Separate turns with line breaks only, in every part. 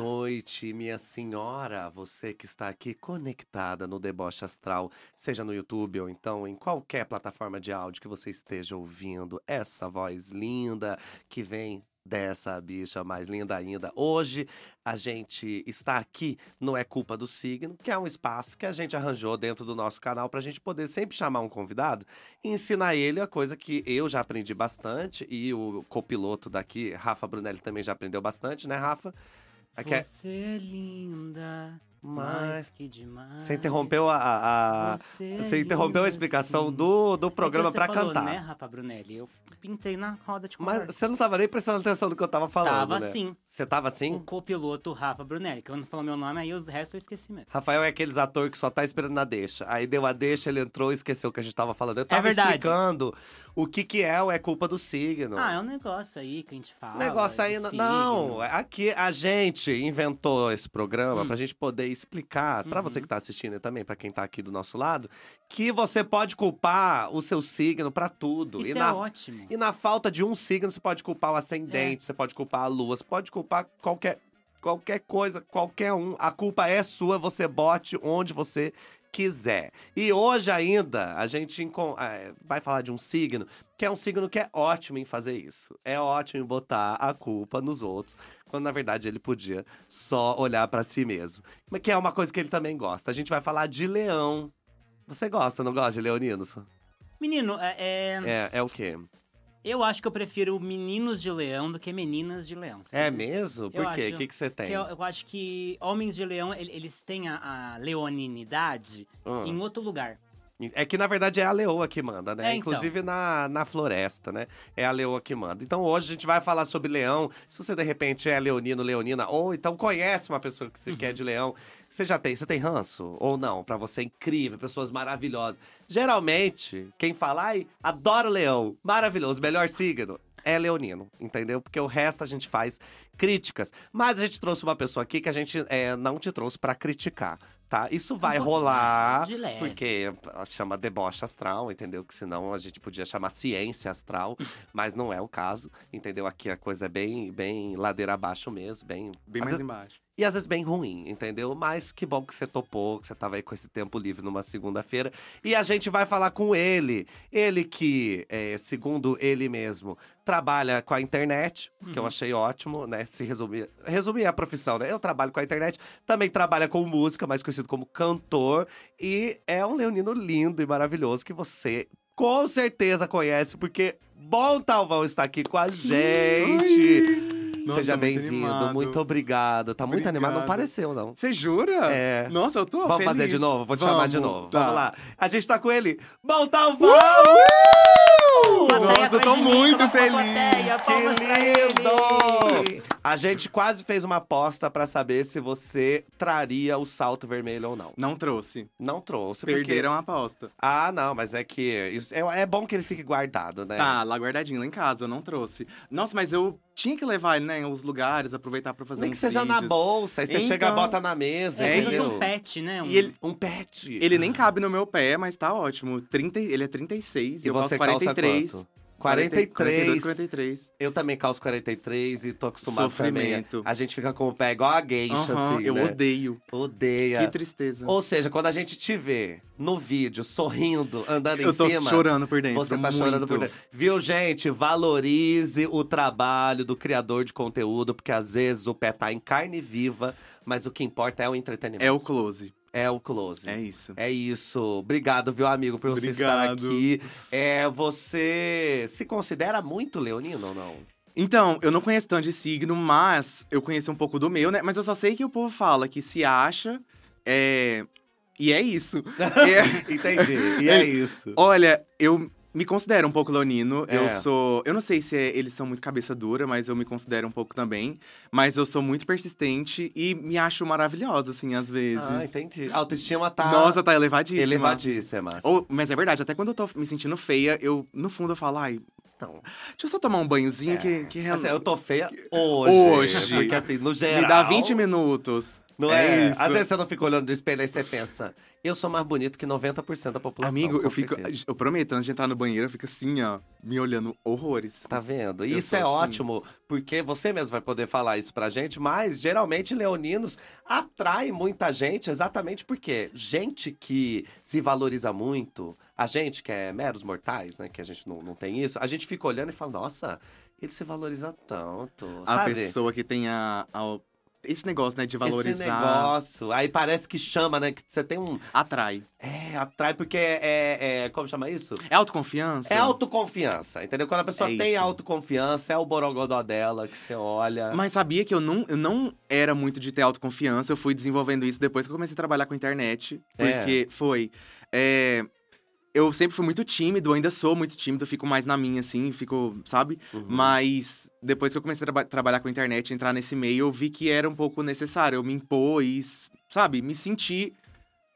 noite, minha senhora, você que está aqui conectada no Deboche Astral, seja no YouTube ou então em qualquer plataforma de áudio que você esteja ouvindo essa voz linda que vem dessa bicha mais linda ainda. Hoje a gente está aqui no É Culpa do Signo, que é um espaço que a gente arranjou dentro do nosso canal para a gente poder sempre chamar um convidado e ensinar ele a coisa que eu já aprendi bastante e o copiloto daqui, Rafa Brunelli, também já aprendeu bastante, né, Rafa? Aqui é-
Você é linda,
Mas-
mais, que demais.
Você interrompeu a- a, a-
Você, é
você interrompeu a
linda,
explicação
sim.
do, do
É que
programa
você
para
falou,
cantar.
né, Rafa Brunelli? Eu pintei na roda de
Mas
conversa.
você não tava nem prestando atenção no que eu tava falando,
Tava
né?
assim.
Você tava
O
assim?
copiloto Rafa Brunelli, que quando falou meu nome, aí os restos eu esqueci mesmo.
Rafael é aqueles ator que só tá esperando na deixa. Aí deu a deixa, ele entrou e esqueceu o que a gente tava falando. Eu tava
É verdade.
explicando o que que é o É Culpa do Signo.
Ah, é um negócio aí que a gente fala.
Negócio aí,
de
não-
signo.
não. é Aqui a gente inventou esse programa
Hum.
pra gente poder explicar pra
Uhum.
você que tá assistindo e também pra quem tá aqui do nosso lado que você pode culpar o seu signo pra tudo.
Isso
e
é
na
ótimo.
E na falta de um signo, você pode culpar o ascendente, você pode culpar a lua, você pode culpar qualquer, qualquer coisa, qualquer um. A culpa é sua, você bote onde você quiser. E hoje ainda, a gente encon- eh, vai falar de um signo que é um signo que é ótimo em fazer isso. É ótimo em botar a culpa nos outros, quando na verdade ele podia só olhar pra si mesmo. Mas que é uma coisa que ele também gosta. A gente vai falar de leão. Você gosta, não gosta de leoninos?
Menino, é, é-
É, é o quê?
eu acho que eu prefiro meninos de leão do que meninas de leão. sabe?
É mesmo? Por
Eu
quê?
acho
O que que você tem?
Porque eu, eu acho que homens de leão, ele- eles têm a, a leoninidade
Hum.
em outro lugar.
É que, na verdade, é a leoa que manda, né?
É, então.
Inclusive na, na floresta, né? É a leoa que manda. Então, hoje a gente vai falar sobre leão. Se você, de repente, é leonino, leonina, ou então conhece uma pessoa que
Uhum.
você quer de leão, você já tem. Você tem ranço? Ou não? Pra você é incrível, pessoas maravilhosas. Geralmente, quem fala, ai, adoro leão, maravilhoso, melhor signo. É leonino, entendeu? Porque o resto a gente faz críticas. Mas a gente trouxe uma pessoa aqui que a gente é, não te trouxe pra criticar, tá? Isso vai
pouquinho,
rolar,
de leve.
porque porque chama deboche astral, entendeu? Que senão a gente podia chamar ciência astral, mas não é o caso, entendeu? Aqui a coisa é bem, bem ladeira abaixo mesmo, bem.
Bem
às
mais
vezes-
embaixo.
e às vezes bem ruim, entendeu? Mas que bom que você topou, que você tava aí com esse tempo livre numa segunda-feira. E a gente vai falar com ele. Ele que, é, segundo ele mesmo, trabalha com a internet, que eu achei ótimo, né? Se resumir. Resumir a profissão, né? Eu trabalho com a internet, também trabalha com música, mais conhecido como cantor. E é um leonino lindo e maravilhoso que você com certeza conhece, porque Bom Talvão está aqui com a gente.
Nossa,
Seja
tá muito
bem-vindo,
animado.
muito Obrigado, tá muito animado, não
Obrigado.
pareceu, não.
Você jura?
É.
Nossa, eu tô
Vamos
feliz.
fazer de novo? Vou te
Vamos,
chamar de novo.
tá.
Vamos lá. A gente tá com ele, Montalvão! Uh!
Plateia
Nossa, eu tô
atrás de mim,
muito
toda uma
feliz.
plateia, palmas pra
Que
ele.
lindo! A gente quase fez uma aposta pra saber se você traria o salto vermelho ou não.
Não trouxe.
Não trouxe, porque-
Perderam a aposta.
Ah, não, mas é que isso- é, é bom que ele fique guardado, né?
Tá, lá guardadinho, lá em casa, eu não trouxe. Nossa, mas eu tinha que levar ele, né, os lugares, aproveitar pra fazer
Nem
uns
que seja na
vídeos.
bolsa, aí você
Então-
chega bota na mesa,
É,
É,
isso.
é um
entendeu?
pet, né? Um-
E ele,
Um pet.
ele nem cabe no meu pé, mas tá ótimo. 30, ele é 36 e,
E
eu
você
calço 43.
calça quanto?
42,
43.
43.
Eu também calço 43 e tô acostumado
Sofrimento.
também. A gente fica com o pé igual a gueixa,
Aham,
assim,
eu
né?
odeio.
Odeia.
Que tristeza.
Ou seja, quando a gente te vê no vídeo, sorrindo, andando
eu
em
tô
cima…
chorando por dentro.
Você tá
muito.
chorando por dentro. Viu, gente? Valorize o trabalho do criador de conteúdo, porque às vezes o pé tá em carne viva, mas o que importa é o entretenimento.
É o close.
É o close.
É isso.
É isso. Obrigado, viu, amigo, por você estar
Obrigado.
aqui. É, você se considera muito leonino ou não?
Então, eu não conheço tanto de signo, mas eu conheço um pouco do meu, né? Mas eu só sei que o povo fala que se acha, é. E é isso. É,
Entendi. E é isso.
Olha, eu me considero um pouco leonino.
É.
Eu sou. Eu não sei se é- eles são muito cabeça dura, mas eu me considero um pouco também. Mas eu sou muito persistente e me acho maravilhosa, assim, às vezes.
Ah, entendi. A autoestima tá
Nossa, tá elevadíssima.
elevadíssima.
Ou- mas é verdade, até quando eu tô me sentindo feia, eu, no fundo, eu falo, ai,
não.
Deixa eu só tomar um banhozinho
É.
que, que
Assim, eu tô feia hoje.
Hoje.
Porque assim, no geral.
Me dá 20 minutos.
Não é,
isso.
Às vezes você não fica olhando no espelho e você pensa, eu sou mais bonito que 90% da população.
Amigo,
com
eu fico.
certeza.
Eu prometo, antes de entrar no banheiro, eu fico assim, ó, me olhando horrores.
Tá vendo?
Eu
E isso
sou
é
assim.
ótimo, porque você mesmo vai poder falar isso pra gente, mas geralmente leoninos atraem muita gente exatamente porque gente que se valoriza muito, a gente que é meros mortais, né, que a gente não, não tem isso, a gente fica olhando e fala, nossa, ele se valoriza tanto,
a
sabe?
pessoa que tem a, a- Esse negócio, né, de valorizar.
Esse negócio. Aí parece que chama, né? Que você tem um.
Atrai.
É, atrai, porque é. é- como chama isso?
É autoconfiança?
É autoconfiança, entendeu? Quando a pessoa
É
tem
isso.
autoconfiança, é o borogodó dela que você olha.
Mas sabia que eu não, eu não era muito de ter autoconfiança. Eu fui desenvolvendo isso depois que eu comecei a trabalhar com internet.
É.
Porque foi. é, eu sempre fui muito tímido, ainda sou muito tímido, fico mais na minha, assim, fico, sabe?
Uhum.
Mas depois que eu comecei a traba- trabalhar com internet, entrar nesse meio, eu vi que era um pouco necessário. Eu me impor e, s- sabe, me sentir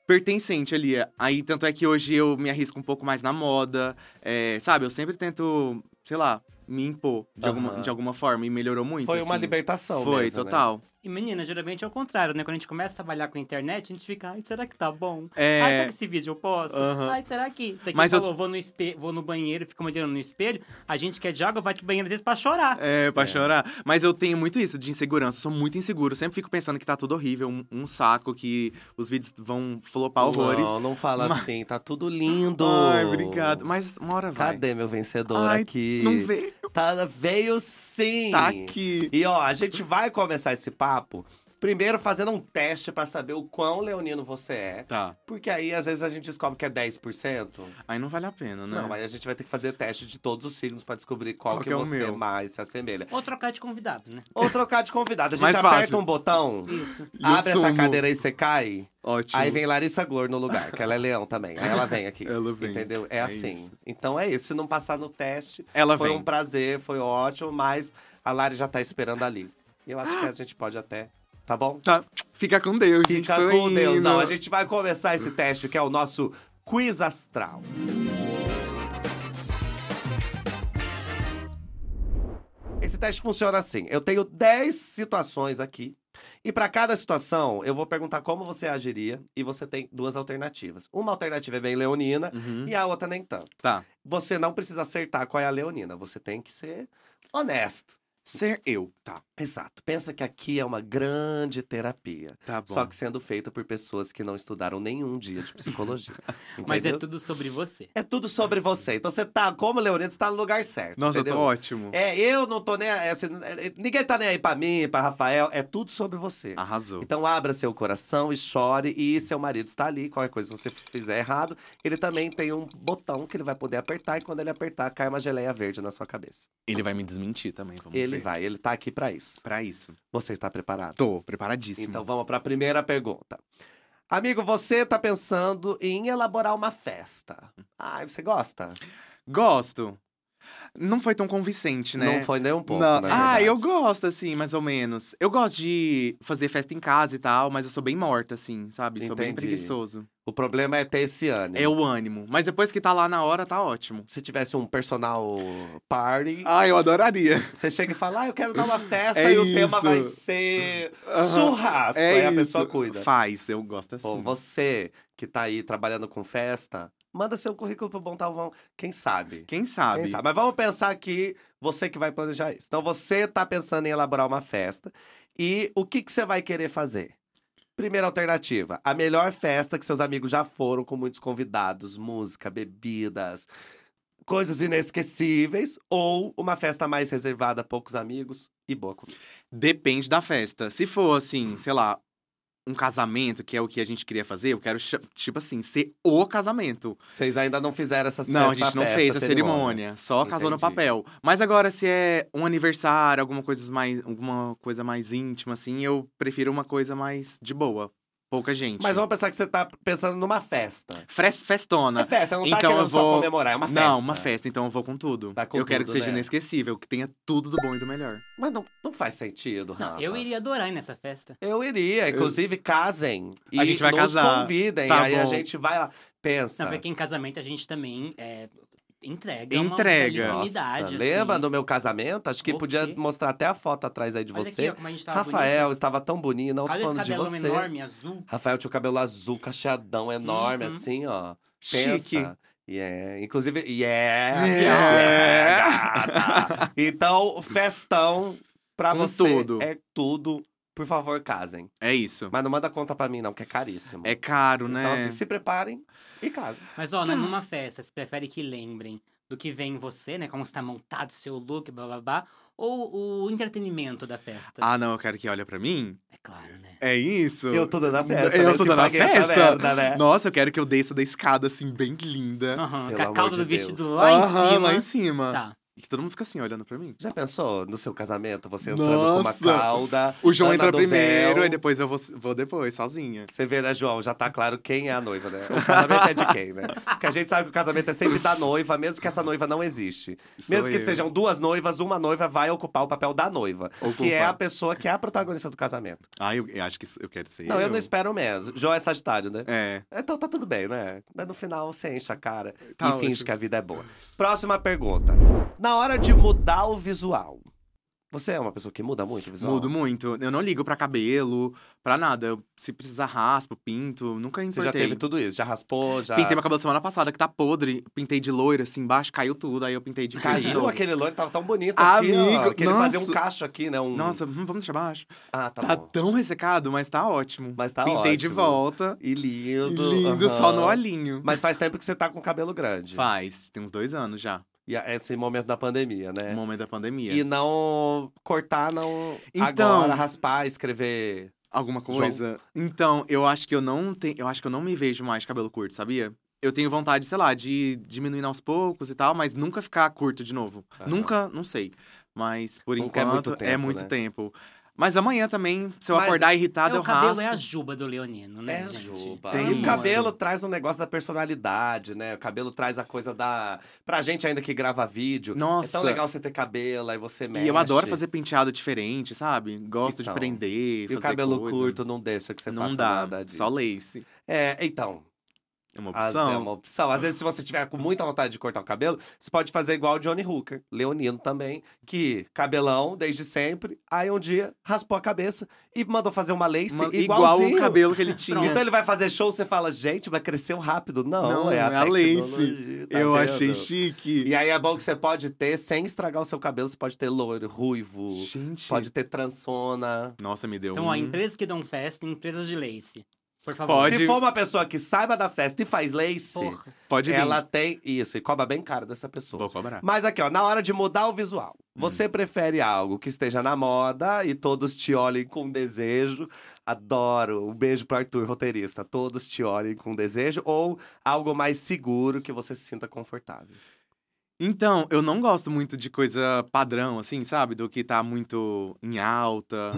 pertencente ali. Aí, tanto é que hoje eu me arrisco um pouco mais na moda, é, sabe? Eu sempre tento, sei lá, me impor de,
Aham.
alguma, de alguma forma. E melhorou muito.
Foi uma
assim.
libertação.
Foi,
mesmo, né?
total.
E menina, geralmente é o contrário, né? Quando a gente começa a trabalhar com a internet, a gente fica, ai, será que tá bom?
É.
Ai, será que esse vídeo eu posto?
Aham.
Ai, será que. Você aqui
Mas eu-
falou, vou, no espe... vou no banheiro, fica olhando no espelho, a gente que é de água vai pro banheiro às vezes pra chorar.
É, pra
É.
chorar. Mas eu tenho muito isso de insegurança. Sou muito inseguro. Sempre fico pensando que tá tudo horrível, um, um saco, que os vídeos vão flopar horrores.
Não, não fala
Mas-
assim, tá tudo lindo.
Ai, obrigado. Mas uma hora vai.
Cadê meu vencedor
Ai,
aqui?
Não veio.
Tá, veio sim!
Tá aqui.
E ó, a gente vai começar esse papo primeiro fazendo um teste pra saber o quão leonino você é.
Tá.
Porque aí, às vezes, a gente descobre que é 10%.
Aí não vale a pena, né?
Não, aí a gente vai ter que fazer teste de todos os signos pra descobrir qual,
Qual
que,
que é o
você
meu?
mais se assemelha.
Ou trocar de convidado, né?
Ou trocar de convidado. A gente
Mais
aperta
fácil.
um botão,
Isso.
E eu
abre essa
sumo.
cadeira e você cai.
Ótimo.
Aí vem Larissa Glor no lugar, que ela é leão também. Aí ela vem aqui.
Ela vem.
Entendeu? É,
É
assim.
isso.
Então é isso. Se não passar no teste,
Ela
foi
vem.
um prazer, foi ótimo, mas a Lari já tá esperando ali. E eu acho que a gente pode até. Tá bom?
Tá. Fica com Deus, gente.
Fica
Tô
tá com
indo.
Deus. Não, a gente vai começar esse teste, que é o nosso quiz astral. Esse teste funciona assim: eu tenho 10 situações aqui. E para cada situação, eu vou perguntar como você agiria e você tem duas alternativas. Uma alternativa é bem leonina
Uhum.
e a outra nem tanto.
Tá.
Você não precisa acertar qual é a leonina, você tem que ser honesto.
Ser eu. Tá.
Exato. Pensa que aqui é uma grande terapia.
Tá bom.
Só que sendo feito por pessoas que não estudaram nenhum dia de psicologia.
Mas é
entendeu?
tudo sobre você.
É tudo sobre você. Então você tá, como Leonino, você tá no lugar certo.
Nossa, eu
entendeu?
tô ótimo.
É, eu não tô nem. é, assim, é, é, ninguém tá nem aí pra mim, pra Rafael. É tudo sobre
Ah,
você.
Arrasou.
Então abra seu coração e chore. E seu marido está ali. Qualquer coisa, se você fizer errado, ele também tem um botão que ele vai poder apertar. E quando ele apertar, cai uma geleia verde na sua cabeça.
Ele vai me desmentir também, vamos
ele
ver.
vai, ele tá aqui pra isso.
Pra isso.
Você está preparado?
Tô preparadíssimo.
Então vamos para a primeira pergunta. Amigo, você tá pensando em elaborar uma festa.
Hum.
Ah, você gosta?
Gosto. Não foi tão convincente, né?
Não foi nem um pouco,
Não.
na
ah,
verdade.
eu gosto, assim, mais ou menos. Eu gosto de fazer festa em casa e tal, mas eu sou bem morta, assim, sabe? Sou bem
Entendi.
preguiçoso.
O problema é ter esse ânimo.
É o ânimo. Mas depois que tá lá na hora, tá ótimo.
Se tivesse um personal party,
Ah, eu adoraria.
você chega e fala, ah, eu quero dar uma festa
É
e o tema
isso.
vai ser
Aham. É
churrasco. aí a
isso.
pessoa cuida.
Faz, eu gosto assim.
Bom, você que tá aí trabalhando com festa, manda seu currículo pro Bom Talvão. Quem sabe?
Quem sabe?
Quem sabe? Mas vamos pensar aqui, você que vai planejar isso. Então você tá pensando em elaborar uma festa e o que, que você vai querer fazer? Primeira alternativa, a melhor festa que seus amigos já foram com muitos convidados, música, bebidas, coisas inesquecíveis, ou uma festa mais reservada, poucos amigos e boa comida.
Depende da festa. Se for assim, sei lá, um casamento, que é o que a gente queria fazer, eu quero, cha- tipo assim, ser o casamento.
Vocês ainda não fizeram essa
Não, a
essa
gente não
festa, é
fez a cerimônia, só casou no
Entendi.
papel. Mas agora, se é um aniversário, alguma coisa mais, alguma coisa mais íntima, assim, eu prefiro uma coisa mais de boa. Pouca gente.
Mas vamos pensar que você tá pensando numa festa.
Fres-
É
Festona.
festa, não tá
Então eu
querendo só
vou-
comemorar, é uma festa.
Não, uma festa, então eu vou com tudo.
Vai com
eu quero que
tudo,
seja
né?
inesquecível, que tenha tudo do bom e do melhor.
Mas não, não faz sentido,
Não,
Ah,
Rafa.
tá.
eu iria adorar ir nessa festa.
Eu iria, inclusive casem.
A gente vai
nos
casar.
convidem,
Tá
aí a
bom. Tá.
gente vai lá. Pensa.
Não, porque em casamento a gente também é, Entrega, uma
Entrega.
belíssimidade, assim.
lembra do meu casamento? Acho que
O
podia
quê?
mostrar até a foto atrás aí de
Olha
você.
Aqui, é ó, como a gente tava né?
Rafael
bonita.
estava tão bonito, não tô
Olha
falando
esse
de
cabelão
você.
enorme, azul.
Rafael tinha o cabelo azul, cacheadão, enorme,
Uhum.
assim, ó. Pensa.
Chique.
Yeah. Inclusive, yeah!
Yeah.
é, gata. então, festão pra
Com
você
tudo.
é tudo. Por favor, casem.
É isso.
Mas não manda conta pra mim, não, que é caríssimo.
É caro, né?
Então, assim, se preparem e casem.
Mas, ó,
Tá.
na- numa festa, você prefere que lembrem do que vem em você, né? Como você tá montado, seu look, blá, blá, blá. Ou o entretenimento da festa?
Ah, não, eu quero que olhe pra mim.
É claro, né?
É isso?
Eu tô dando a festa.
Eu
né?
tô
que
dando a
paguei essa
festa.
merda, né?
Nossa, eu quero que eu desça da escada, assim, bem linda.
Aham,
Pelo
com a
amor
cauda
de
do vestido
Deus.
lá
Aham,
em cima.
lá em cima.
Tá.
E que todo mundo fica assim, olhando pra mim.
Já pensou no seu casamento, você entrando com uma
Nossa.
cauda?
O João
Ana
entra
do
primeiro,
véu.
e depois eu vou, vou depois, sozinha.
Você vê, né, João? Já tá claro quem é a noiva, né? O casamento é de quem, né? Porque a gente sabe que o casamento é sempre da noiva, mesmo que essa noiva não existe.
Sou
mesmo que
eu.
sejam duas noivas, uma noiva vai ocupar o papel da noiva. Que é a pessoa que é a protagonista do casamento.
Ah, eu, eu acho que eu quero ser
Não, eu não espero menos. João é Sagitário, né?
É.
Então tá tudo bem, né? Mas No final você enche a cara
Tá
e
ótimo.
finge que a vida é boa. Próxima pergunta. Na hora de mudar o visual, você é uma pessoa que muda muito o visual?
Mudo muito. Eu não ligo pra cabelo, pra nada. Eu, se precisar, raspo, pinto. Nunca
Você
importei.
já teve tudo isso? Já raspou? Já
Pintei meu cabelo semana passada, que tá podre. Pintei de loira, assim, embaixo, caiu tudo. Aí eu pintei de verde de
Caiu
novo.
aquele loiro, tava tão bonito aqui, ó,
Amigo,
que ele fazia um
nossa.
cacho aqui, né? Um...
Nossa, hum, vamos deixar baixo.
Ah, tá,
Tá,
bom.
tão ressecado, mas tá ótimo.
Mas tá
pintei de
ótimo.
volta.
E lindo.
Lindo, só no
aham.
olhinho.
Mas faz tempo que você tá com cabelo grande.
Faz, tem uns dois anos já.
E é esse momento da pandemia, né?
Momento da pandemia.
E não cortar, não
Então-
agora, raspar, escrever.
Alguma
João.
coisa? Então, eu acho que eu não tenho. Eu acho que eu não me vejo mais de cabelo curto, sabia? Eu tenho vontade, sei lá, de diminuir aos poucos e tal, mas nunca ficar curto de novo.
Aham.
Nunca, não sei. Mas por
Nunca é
enquanto
muito
é
tempo,
muito
né?
tempo. Mas amanhã também, se eu
Mas
acordar
É,
irritado, eu
o cabelo
raspo.
é a juba do Leonino, né,
é,
gente?
Juba.
Tem
E o
isso.
cabelo traz um negócio da personalidade, né? O cabelo traz a coisa da. Pra gente ainda que grava vídeo.
Nossa.
É tão legal você ter cabelo, aí você mexe.
E eu adoro fazer penteado diferente, sabe? Gosto
Né, Então.
de prender,
E
fazer
o cabelo
coisa.
curto não deixa que você
não
faça
dá,
nada disso.
só lace.
É, então,
É uma
Às vezes é
opção.
uma opção. Às vezes, se você tiver com muita vontade de cortar o cabelo, você pode fazer igual o Johnny Hooker, Leonino também, que cabelão desde sempre. Aí um dia raspou a cabeça e mandou fazer uma lace
Uma- igual
igualzinho.
o cabelo que ele tinha.
Então ele vai fazer show, você fala, gente, mas cresceu rápido. Não,
Não,
é a,
é a lace.
tecnologia, tá
eu
vendo?
achei chique.
E aí é bom que você pode ter, sem estragar o seu cabelo, você pode ter loiro, ruivo,
Gente.
pode ter trançona.
Nossa, me deu
Então,
um...
ó, empresas que dão festa, empresas de lace. Por favor.
Pode-
Se for uma pessoa que saiba da festa e faz lace,
Porra.
Pode vir.
ela tem isso, e cobra bem caro dessa pessoa.
Vou cobrar.
Mas aqui, ó, na hora de mudar o visual,
Hum.
você prefere algo que esteja na moda e todos te olhem com desejo? Adoro. Um beijo pro Arthur, roteirista. Todos te olhem com desejo ou algo mais seguro que você se sinta confortável?
Então, eu não gosto muito de coisa padrão, assim, sabe? Do que tá muito em alta.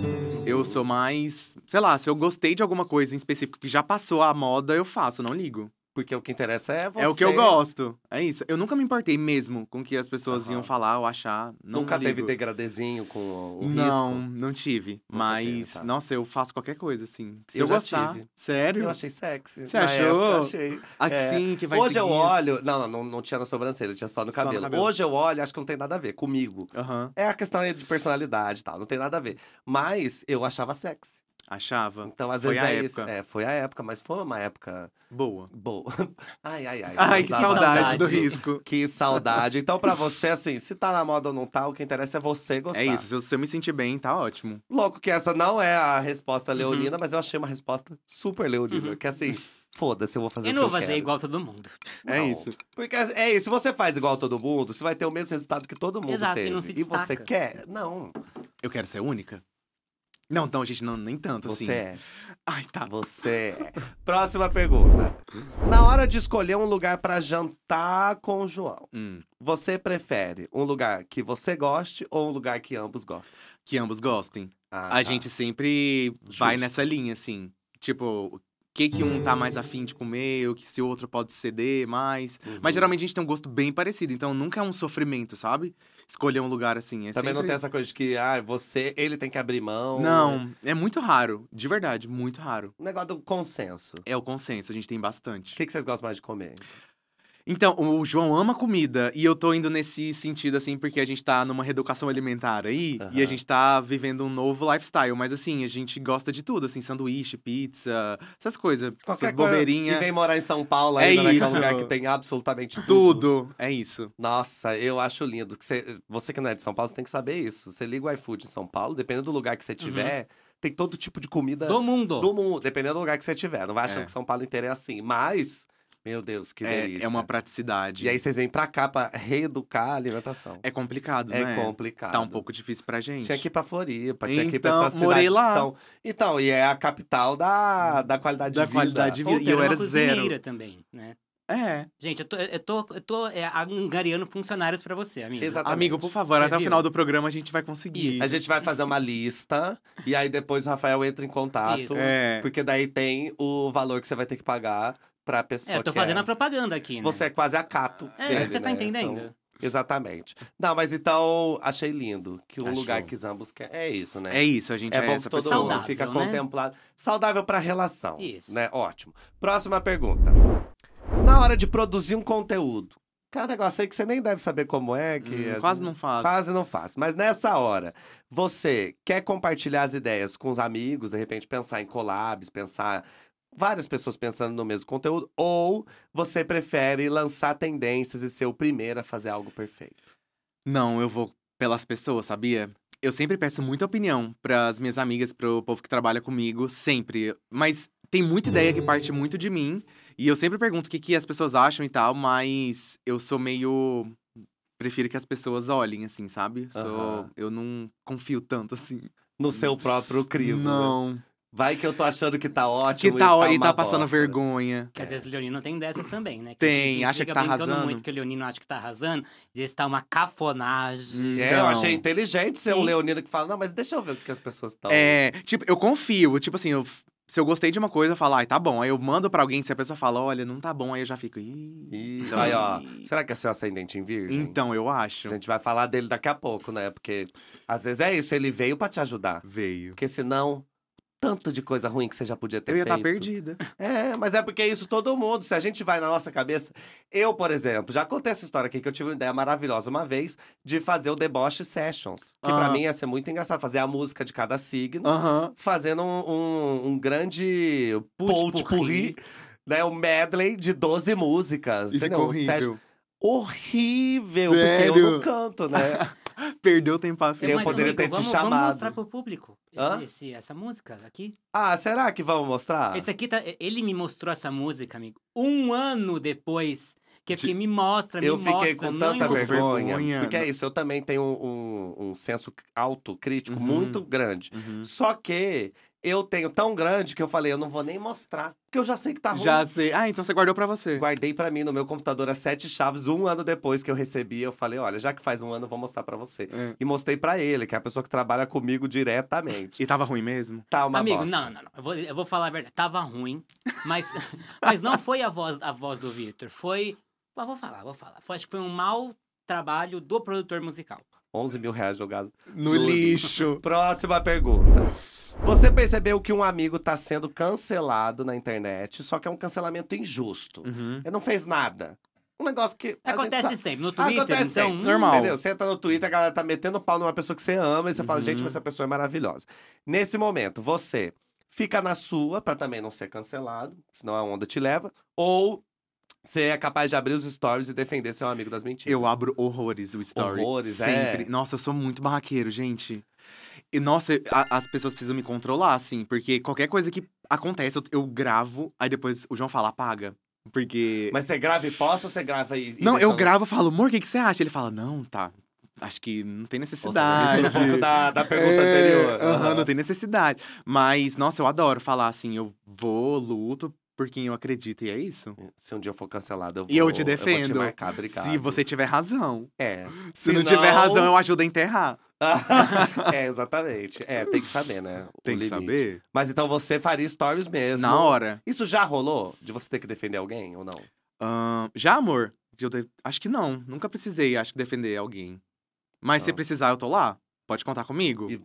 Eu sou mais. Sei lá, se eu gostei de alguma coisa em específico que já passou a moda, eu faço, não ligo.
Porque o que interessa é você.
É o que eu gosto. É isso. Eu nunca me importei mesmo com o que as pessoas
Aham.
iam falar ou achar. Não
Nunca teve
ligo.
degradezinho com o, o
não,
risco?
não tive.
Nunca
Mas,
teve, tá.
nossa, eu faço qualquer coisa, assim. Se
Eu
eu,
já
gostar.
tive.
Sério?
Eu achei sexy.
Você
Na
achou?
época, eu achei. é.
Assim que vai
Hoje eu
seguindo.
olho. Não, não, não, não tinha na sobrancelha, tinha só no
Só no
cabelo.
cabelo.
Hoje eu olho, acho que não tem nada a ver comigo.
Aham.
É a questão aí de personalidade e tal, não tem nada a ver. Mas eu achava sexy.
Achava.
Então, às
Foi
vezes
a
é
época.
isso. É, foi a época, mas foi uma época
Boa.
boa. Ai, ai, ai.
Ai, que
Usava-
saudade do
saudade.
risco.
Que saudade. Então, pra você, assim, se tá na moda ou não tá, o que interessa é você gostar.
É isso, se eu- se eu me sentir bem, tá ótimo.
Louco que essa não é a resposta
Uhum.
leonina, mas eu achei uma resposta super leonina.
Uhum.
Que assim, foda-se, eu vou fazer
Eu
o
não
que
vou fazer
quero.
igual todo mundo.
É
Não.
isso.
Porque é isso, se você faz igual a todo mundo, você vai ter o mesmo resultado que todo mundo
Exato,
teve.
e não se
você
destaca.
quer? Não.
Eu quero ser única? Não, então, gente, não, nem tanto,
Você
assim.
é.
Ai, tá.
Você. é. Próxima pergunta. Na hora de escolher um lugar pra jantar com o João,
Hum,
você prefere um lugar que você goste ou um lugar que ambos gostem?
que ambos gostem.
Ah,
a
tá.
gente sempre vai
Justo.
nessa linha, assim. Tipo, o que que um tá mais afim de comer, o que se o outro pode ceder mais.
Uhum.
Mas geralmente a gente tem um gosto bem parecido, então nunca é um sofrimento, sabe? Escolher um lugar assim. É
Também não
sempre-
tem essa coisa de que, ah, você, ele tem que abrir mão.
Não, é muito raro. De verdade, muito raro.
O negócio do consenso.
É o consenso, a gente tem
O
bastante.
que, que vocês gostam mais de comer?
Então, o João ama comida e eu tô indo nesse sentido, assim, porque a gente tá numa reeducação alimentar aí e
Aham.
a gente tá vivendo um novo lifestyle. Mas, assim, a gente gosta de tudo, assim, sanduíche, pizza, essas coisas, essas
E
bobeirinhas,
vem morar em São Paulo
É
ainda, né? Que é um
isso.
lugar que tem absolutamente tudo.
tudo. É isso.
Nossa, eu acho lindo. Que você, você que não é de São Paulo, você tem que saber isso. Você liga o iFood em São Paulo, dependendo do lugar que
Uhum.
você tiver, tem todo tipo de comida
Do mundo.
do mundo, dependendo do lugar que você tiver. Não vai achando
É.
que São Paulo inteiro é assim. Mas, meu Deus, que
É,
delícia.
é uma praticidade.
E aí vocês vêm pra cá pra reeducar a alimentação.
É complicado,
É,
né?
complicado.
Tá um pouco difícil pra gente.
Tinha que ir pra Floripa, tinha que ir pra
Então,
essas cidades
morei
que
lá. Uhum.
são... Então, e é a capital da, da qualidade
Da
de vida.
qualidade de
Ou
vida. E
ter
eu
uma
era
cozinheira
zero.
também, né?
É.
Gente, eu tô, eu tô, eu tô é, angariando funcionários pra você, amigo.
Exatamente.
Amigo, por favor,
Você
até o
viu?
final do programa a gente vai conseguir.
Isso.
A gente vai fazer uma lista e aí depois o Rafael entra em contato.
Isso.
É.
Porque daí tem o valor que você vai ter que pagar pra pessoa
É, eu tô
que
fazendo
é.
a propaganda aqui, né?
Você é quase a cato.
É,
dele,
você tá
né?
entendendo?
Então, exatamente. Não, mas então achei lindo que o
Achou.
lugar que Zambos quer é isso, né?
É isso, a gente é,
É bom que
essa
todo
pessoa.
mundo
Saudável,
fica
né?
contemplado. Saudável para a relação.
Isso.
Né? Ótimo. Próxima pergunta. Na hora de produzir um conteúdo, cada negócio aí que você nem deve saber como é, que
Hum,
a
quase
gente-
não faz.
Quase não faço. Mas nessa hora, você quer compartilhar as ideias com os amigos, de repente pensar em collabs, pensar várias pessoas pensando no mesmo conteúdo, ou você prefere lançar tendências e ser o primeiro a fazer algo perfeito?
Não, eu vou pelas pessoas, sabia? Eu sempre peço muita opinião pras minhas amigas, pro povo que trabalha comigo, sempre. Mas tem muita ideia que parte muito de mim. E eu sempre pergunto o que, que as pessoas acham e tal, mas eu sou meio. Prefiro que as pessoas olhem, assim, sabe? Sou...
Aham.
Eu não confio tanto assim.
No seu próprio crivo. né?
não.
Vai que eu tô achando que tá
Que
ótimo.
tá, ó, e
uma
tá passando
bosta. né?
vergonha.
é.
Que às vezes o Leonino tem dessas também, né? Que
Tem,
a gente
acha
fica
que tá
brincando
arrasando.
muito que o Leonino acha que tá arrasando. E esse tá uma cafonagem.
É, eu
Então.
achei inteligente ser um
Sim.
leonino que fala, não, mas deixa eu ver o que as pessoas estão.
É, tipo, eu confio. Tipo assim, eu f- se eu gostei de uma coisa, eu falo, ai, tá bom. Aí eu mando pra alguém, se a pessoa fala, olha, não tá bom, aí eu já fico. Ih. Então-
Aí, ó, será que é seu ascendente em virgem?
Então, eu acho.
A gente vai falar dele daqui a pouco, né? Porque às vezes é isso, ele veio pra te ajudar.
Veio.
Porque senão, tanto de coisa ruim que você já podia ter
Eu ia tá estar
feito.
perdida.
É, mas é porque é isso todo mundo. Se a gente vai na nossa cabeça. Eu, por exemplo, já contei essa história aqui que eu tive uma ideia maravilhosa uma vez de fazer o Deboche Sessions. Que pra
Ah.
mim ia ser muito engraçado fazer a música de cada signo.
Aham.
fazendo um, um, um grande
Putz,
tipo,
potpourri, né? Um medley de 12 músicas.
E
entendeu?
ficou
Um set
horrível.
Horrível, porque eu
Sério?
não canto, né?
Perdeu o tempo pra
Eu
Mas,
poderia
É amigo,
ter te
vamos,
chamado.
Vamos mostrar pro público
Hã?
esse, esse- essa música aqui.
ah, será que vamos mostrar?
Esse aqui tá. Ele me mostrou essa música, amigo, um ano depois. Que eu fiquei, me mostra, me
eu
mostra.
fiquei com
não
tanta
encontro.
encontro.
vergonha,
Vergonha.
Porque é isso, eu também tenho um, um senso autocrítico
Uhum.
muito grande.
Uhum.
Só que eu tenho tão grande que eu falei, eu não vou nem mostrar. Porque eu já sei que tá ruim.
Já sei. Ah, então você guardou pra você.
Guardei pra mim no meu computador as sete chaves. Um ano depois que eu recebi, eu falei: olha, já que faz um ano, eu vou mostrar pra você.
É.
E mostrei pra ele, que é a pessoa que trabalha comigo diretamente.
E tava ruim mesmo?
Tá uma
Amigo,
bosta.
não, não, não. Eu vou, eu vou falar a verdade. Tava ruim, mas, mas não foi a voz, a voz do Victor. Foi. Ah, Vou falar, vou falar. Foi- acho que foi um mau trabalho do produtor musical.
11 mil reais jogado.
No
Tudo.
lixo.
Próxima pergunta. Você percebeu que um amigo tá sendo cancelado na internet, só que é um cancelamento injusto.
Uhum.
Ele não fez nada. Um negócio que. a gente
Acontece
sabe-
sempre. No Twitter,
Acontece
então.
sempre,
hum,
normal.
Entendeu? Você entra no Twitter, a galera tá metendo pau numa pessoa que você ama e você fala,
Uhum.
gente, mas essa pessoa é maravilhosa. Nesse momento, você fica na sua pra também não ser cancelado, senão a onda te leva, ou você é capaz de abrir os stories e defender seu amigo das mentiras.
Eu abro horrores o story.
Horrores, é.
sempre. Nossa, eu sou muito barraqueiro, gente. E, nossa, a- as pessoas precisam me controlar, assim, porque qualquer coisa que acontece, eu, eu gravo, aí depois o João fala, apaga. Porque.
Mas você grava e posta ou você grava e. e
não, eu
deixa-
gravo e falo, amor, o que, que você acha? Ele fala, não, tá. Acho que não tem
Ou você
necessidade.
mistura um pouco da, da pergunta
É,
anterior.
aham,
Aham.
não tem necessidade. Mas, nossa, eu adoro falar assim, eu vou, luto por quem eu acredito, e é isso.
Se um dia eu for cancelado, eu vou.
E eu te
vou
defendo.
marcar, obrigado.
Se você tiver razão.
É.
Se, não tiver razão, eu ajudo a enterrar.
é, exatamente. É, tem que saber, né? o
Tem que
limite.
saber.
Mas então você faria stories mesmo.
Na hora.
Isso já rolou? De você ter que defender alguém ou não?
Ahn, já, amor? De eu def- Acho que não. Nunca precisei, acho que, defender alguém. Mas se
Não.
precisar, eu tô lá. Pode contar comigo.
E-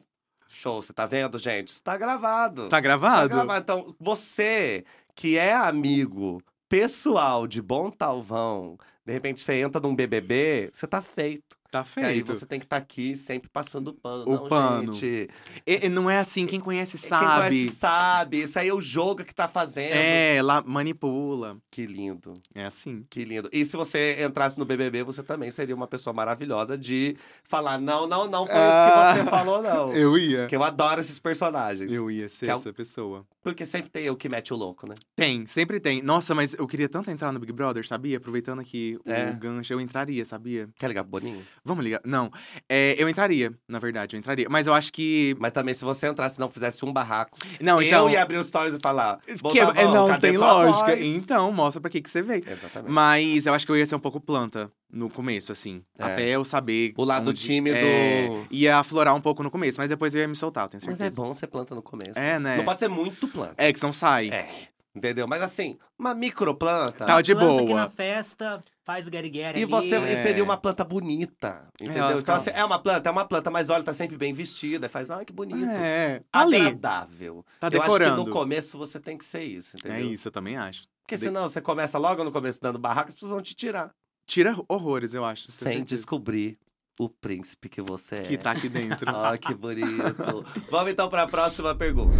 Show, você tá vendo, gente? Isso tá gravado.
Tá
Tá
gravado?
Então, você que é amigo pessoal de bom talvão, de repente você entra num BBB, você tá feito.
Tá
E aí
feito.
você tem que estar aqui sempre passando pano.
O
não,
pano.
gente.
E- e não é assim, quem conhece
Quem
sabe.
conhece sabe. Isso aí é o jogo que tá fazendo.
É, lá manipula.
Que lindo,
É assim.
que lindo. E se você entrasse no BBB, você também seria uma pessoa maravilhosa de falar: não, não, não foi isso que
Ah,
você falou, não.
Eu ia.
Porque eu adoro esses personagens.
Eu ia ser
Cal-
essa pessoa.
Porque sempre tem eu que mete o louco, né?
é Tem, sempre tem. Nossa, mas eu queria tanto entrar no Big Brother, sabia? Aproveitando aqui
É.
o gancho, eu entraria, sabia?
Quer ligar pro Boninho?
Vamos ligar. Não. É, eu entraria, na verdade, eu entraria. Mas eu acho que.
Mas também, se você entrasse e não fizesse um barraco,
Não, então.
eu ia abrir os stories e falar.
que-
"Botavão,
é, não
cadê
tem
tua
lógica.
voz?"
Então, mostra pra que, que você veio.
Exatamente.
Mas eu acho que eu ia ser um pouco planta no começo, assim.
É.
Até eu saber.
O lado
onde-
tímido.
É, ia aflorar um pouco no começo, mas depois eu ia me soltar, eu tenho
Mas
certeza.
é bom você planta no começo.
É, né?
Não pode ser muito planta.
É, que senão sai.
É. Entendeu? Mas assim, uma microplanta.
Tá de
Planta aqui
boa.
na festa, faz o guerigueri
E você
ali.
e seria uma planta bonita. Entendeu?
É. ela
então,
fica-
assim, é uma planta, é uma planta, mas olha, tá sempre bem vestida. Faz, ai, que bonito.
É, tá ali,
Agradável.
tá
Eu acho que no
decorando.
começo você tem que ser isso, entendeu?
É isso, eu também acho.
Porque
De-
senão você começa logo no começo dando barraca, as pessoas vão te tirar.
Tira horrores, eu acho. tenho
Sem
certeza.
descobrir o príncipe que você é.
Que tá aqui dentro.
Ah, que bonito. Vamos então para a próxima pergunta.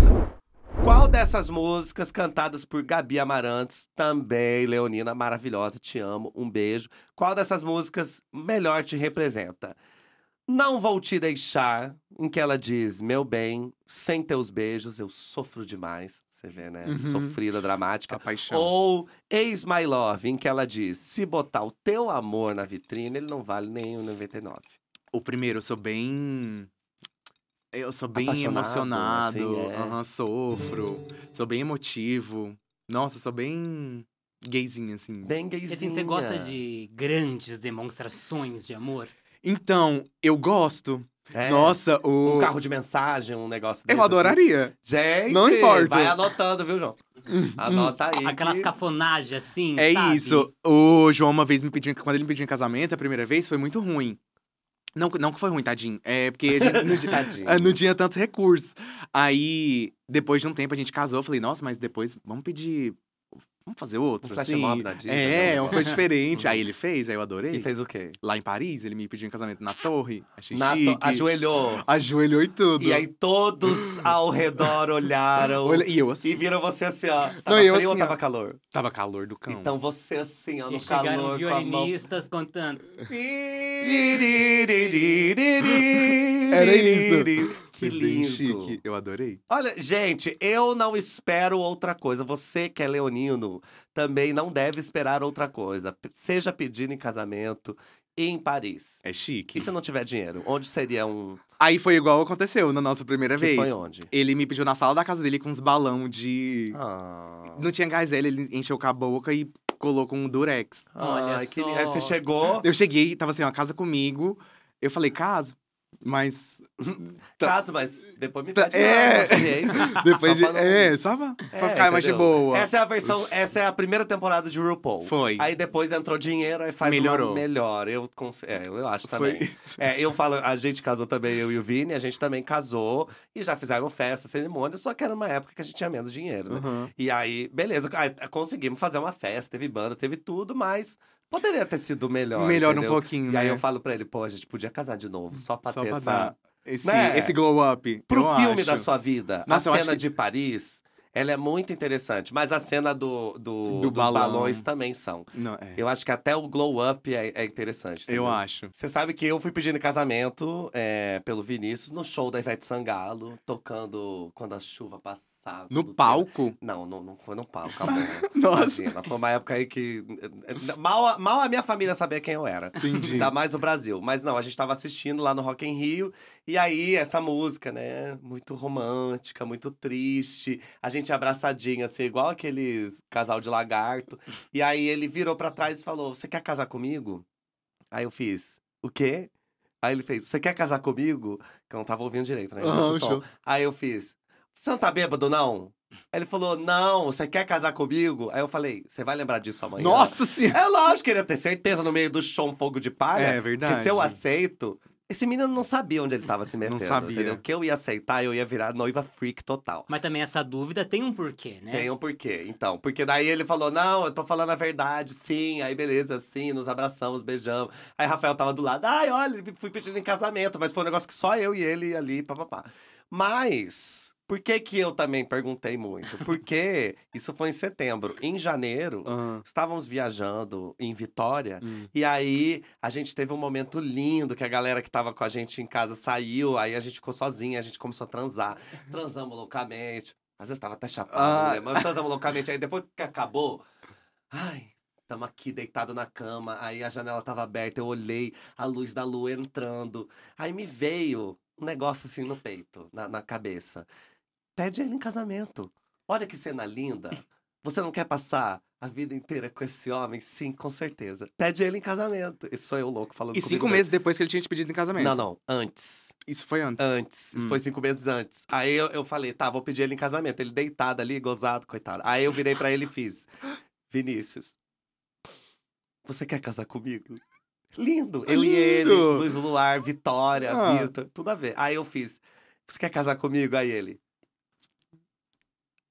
Qual dessas músicas cantadas por Gabi Amarantos, também Leonina maravilhosa, te amo, um beijo. Qual dessas músicas melhor te representa? Não vou te deixar, em que ela diz: "Meu bem, sem teus beijos eu sofro demais". Você vê, né?
Uhum.
Sofrida dramática.
A paixão.
Ou Ex My Love, em que ela diz: "Se botar o teu amor na vitrine, ele não vale nem o 99".
O primeiro, eu sou bem. Eu sou bem
Apaixonado,
emocionado.
assim, é.
Aham, sofro. Sou bem emotivo. Nossa, sou bem. gayzinho, assim.
Bem
E
gayzinha.
assim, você gosta de grandes demonstrações de amor?
Então, eu gosto.
É.
Nossa, o.
Um carro de mensagem, um negócio desse.
Eu adoraria.
assim. Gente,
Não importa.
vai anotando, viu, João? Anota aí.
Aquelas
que...
cafonagens assim,
É
sabe?
isso. O João uma vez me pediu. Quando ele me pediu em casamento, a primeira vez, foi muito ruim. Não, que- não que foi ruim, tadinho. É porque a gente não, tinha-
Tadinho.
Ah, não tinha tantos recursos. Aí, depois de um tempo, a gente casou. Eu falei, nossa, mas depois vamos pedir. Vamos fazer outro.
Um flash
assim.
mob na Disney, né,
É,
um
é uma coisa
negócio.
diferente. aí ele fez, aí eu adorei.
E fez o quê?
Lá em Paris, ele me pediu em casamento na torre. Achei
Na to-
chique.
Ajoelhou.
Ajoelhou e tudo.
E aí todos ao redor olharam.
Olha, e eu
E
assim.
viram você assim, ó. Tava
Não, e eu
frio ou
assim, ó.
tava calor?
Tava calor do cão.
Então você assim, ó,
E
no
chegaram
calor com a mão.
violinistas contando.
Era
isso.
Que
Foi bem
lindo.
chique. Eu adorei.
Olha, gente, eu não espero outra coisa. Você que é leonino também não deve esperar outra coisa. P- Seja pedindo em casamento em Paris.
É chique.
E se não tiver dinheiro? Onde seria um.
Aí foi igual aconteceu na nossa primeira
Que
vez.
foi onde?
Ele me pediu na sala da casa dele com uns balão de.
Ah.
Não tinha gás hélio, ele encheu com a boca e colocou um durex.
Olha
Ai, que
só.
li- Aí você chegou,
Eu cheguei, tava assim, uma casa comigo. Eu falei, caso, mas tá-
caso, mas depois me
tá-
pede
é.
nada, ok?
depois
Só
de.
pra não-
É, só pra, pra ficar mais de
entendeu?
boa.
Essa é a versão, essa é a primeira temporada de RuPaul.
Foi.
Aí depois entrou dinheiro, aí faz uma
Melhorou.
melhor. Eu, cons- é, eu acho
Foi.
também. É, eu falo, a gente casou também, eu e o Vini, a gente também casou e já fizeram festa, cerimônia, só que era uma época que a gente tinha menos dinheiro, né?
Uhum.
E aí, beleza, aí é, conseguimos fazer uma festa, teve banda, teve tudo, mas poderia ter sido melhor.
Melhora um
entendeu?
pouquinho,
E
né?
aí eu falo pra ele, pô, a gente podia casar de novo, só pra
Só
ter
pra
essa.
dar esse,
Né?
esse glow up.
Pro
eu
filme
acho.
da sua vida,
Nossa,
a
eu
cena
acho que-
de Paris, ela é muito interessante. Mas a cena do, do,
Do
dos
balão.
balões também são.
Não, é.
Eu acho que até o glow up é, é interessante.
Eu
entendeu?
acho.
Você sabe que eu fui pedindo em casamento é, pelo Vinícius no show da Ivete Sangalo, tocando quando a chuva passava.
No
tudo
palco?
não, não, não foi no palco, acabou. né?
Nossa.
Imagina, foi uma época aí que. Mal, a- mal a minha família sabia quem eu era.
Entendi.
Ainda mais o Brasil. Mas não, a gente tava assistindo lá no Rock in Rio. E aí, essa música, né? Muito romântica, muito triste. A gente abraçadinha, assim, igual aquele casal de lagarto. E aí, ele virou pra trás e falou, você quer casar comigo? Aí eu fiz, o quê? Aí ele fez, você quer casar comigo? Que eu não tava ouvindo direito, né?
Aham,
Muito som.
show.
Aí eu fiz, você não tá bêbado, não? Aí ele falou, não, você quer casar comigo? Aí eu falei, você vai lembrar disso amanhã.
Nossa senhora!
É lógico, queria ter certeza no meio do show um fogo de palha.
É verdade.
Que se eu aceito, Esse menino não sabia onde ele tava se metendo.
sabia.
Entendeu? Que eu ia aceitar, eu ia virar noiva freak total.
Mas também essa dúvida tem um porquê, né?
Tem um porquê, então. Porque daí ele falou: não, eu tô falando a verdade, sim. Aí beleza, sim, nos abraçamos, beijamos. Aí Rafael tava do lado, ai, olha, fui pedindo em casamento, mas foi um negócio que só eu e ele ali, papapá. Mas, por que que eu também perguntei muito? Porque isso foi em setembro. Em janeiro,
Ah,
estávamos viajando em Vitória
hum.
e aí, a gente teve um momento lindo que a galera que tava com a gente em casa saiu, aí a gente ficou sozinha, a gente começou a transar. Transamos loucamente. Às vezes tava até chapado,
Ah.
né? Mas transamos loucamente. Aí depois que acabou, ai, tamo aqui deitado na cama. Aí a janela tava aberta, eu olhei a luz da lua entrando. Aí me veio um negócio assim no peito, na, na cabeça. Pede ele em casamento. Olha que cena linda. Você não quer passar a vida inteira com esse homem? Sim, com certeza. Pede ele em casamento. Isso sou eu louco falando
E
comigo
cinco
mesmo.
meses depois que ele tinha te pedido em casamento.
Não, não. Antes.
Isso foi antes.
Antes. Isso
Hum.
foi cinco meses antes. Aí eu, eu falei, tá, vou pedir ele em casamento. Ele deitado ali, gozado, coitado. Aí eu virei pra ele e fiz: Vinícius, você quer casar comigo? Lindo! Ele e ele,
Lindo!
Luiz Luar, Vitória,
Ah.
Vitor, tudo a ver. Aí eu fiz: Você quer casar comigo? Aí ele.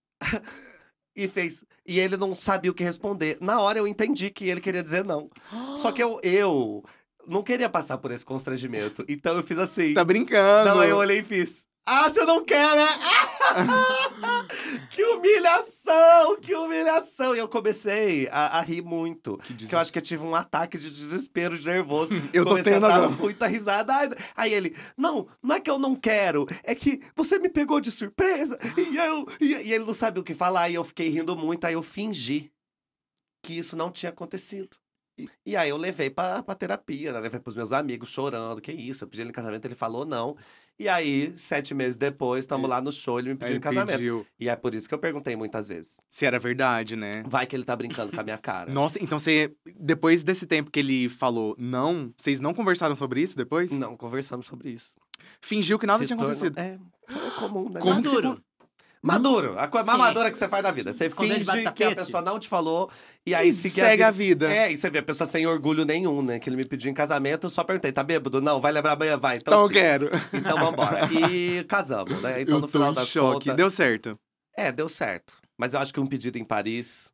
e fez. E ele não sabia o que responder. Na hora eu entendi que ele queria dizer não. Só que eu, eu não queria passar por esse constrangimento. Então eu fiz assim.
Tá brincando.
Não, aí eu olhei e fiz. Ah, você não quer, né? Ah! que humilhação, que humilhação. E eu comecei a, a rir muito.
Que
Que eu acho que eu tive um ataque de desespero, de nervoso.
Eu tô
comecei
tendo
a dar um
agora.
muita risada. Ai, Aí ele, não, não é que eu não quero, é que você me pegou de surpresa. E eu. E, e ele não sabia o que falar, e eu fiquei rindo muito, aí eu fingi que isso não tinha acontecido. E aí eu levei pra, pra terapia, né? Levei pros meus amigos chorando. Que isso? Eu pedi ele em casamento, ele falou não. E aí, sete meses depois, estamos lá no show, ele me pediu
Ele
em casamento.
pediu.
E é por isso que eu perguntei muitas vezes.
Se era verdade, né?
Vai que ele tá brincando com a minha cara.
Nossa, então você. Depois desse tempo que ele falou não, vocês não conversaram sobre isso depois?
Não, conversamos sobre isso.
Fingiu que nada
Se
tinha
torna-
acontecido.
É, isso é comum, né?
Como que você-
Maduro.
Maduro, a coisa mais
Sim.
madura que você faz da vida. Você
Esconder
finge
debaixo do
que a
tapete.
pessoa não te falou e aí segue,
Segue
a
a
vida.
vida.
É, e você vê a pessoa sem orgulho nenhum, né? Que ele me pediu em casamento, eu só perguntei, tá bêbado? Não, vai lembrar amanhã, vai. Então,
então eu
sim.
quero.
Então vambora. E casamos, né? Então
eu
no
tô
final
em
das
choque.
contas...
Deu certo.
É, deu certo. Mas eu acho que um pedido em Paris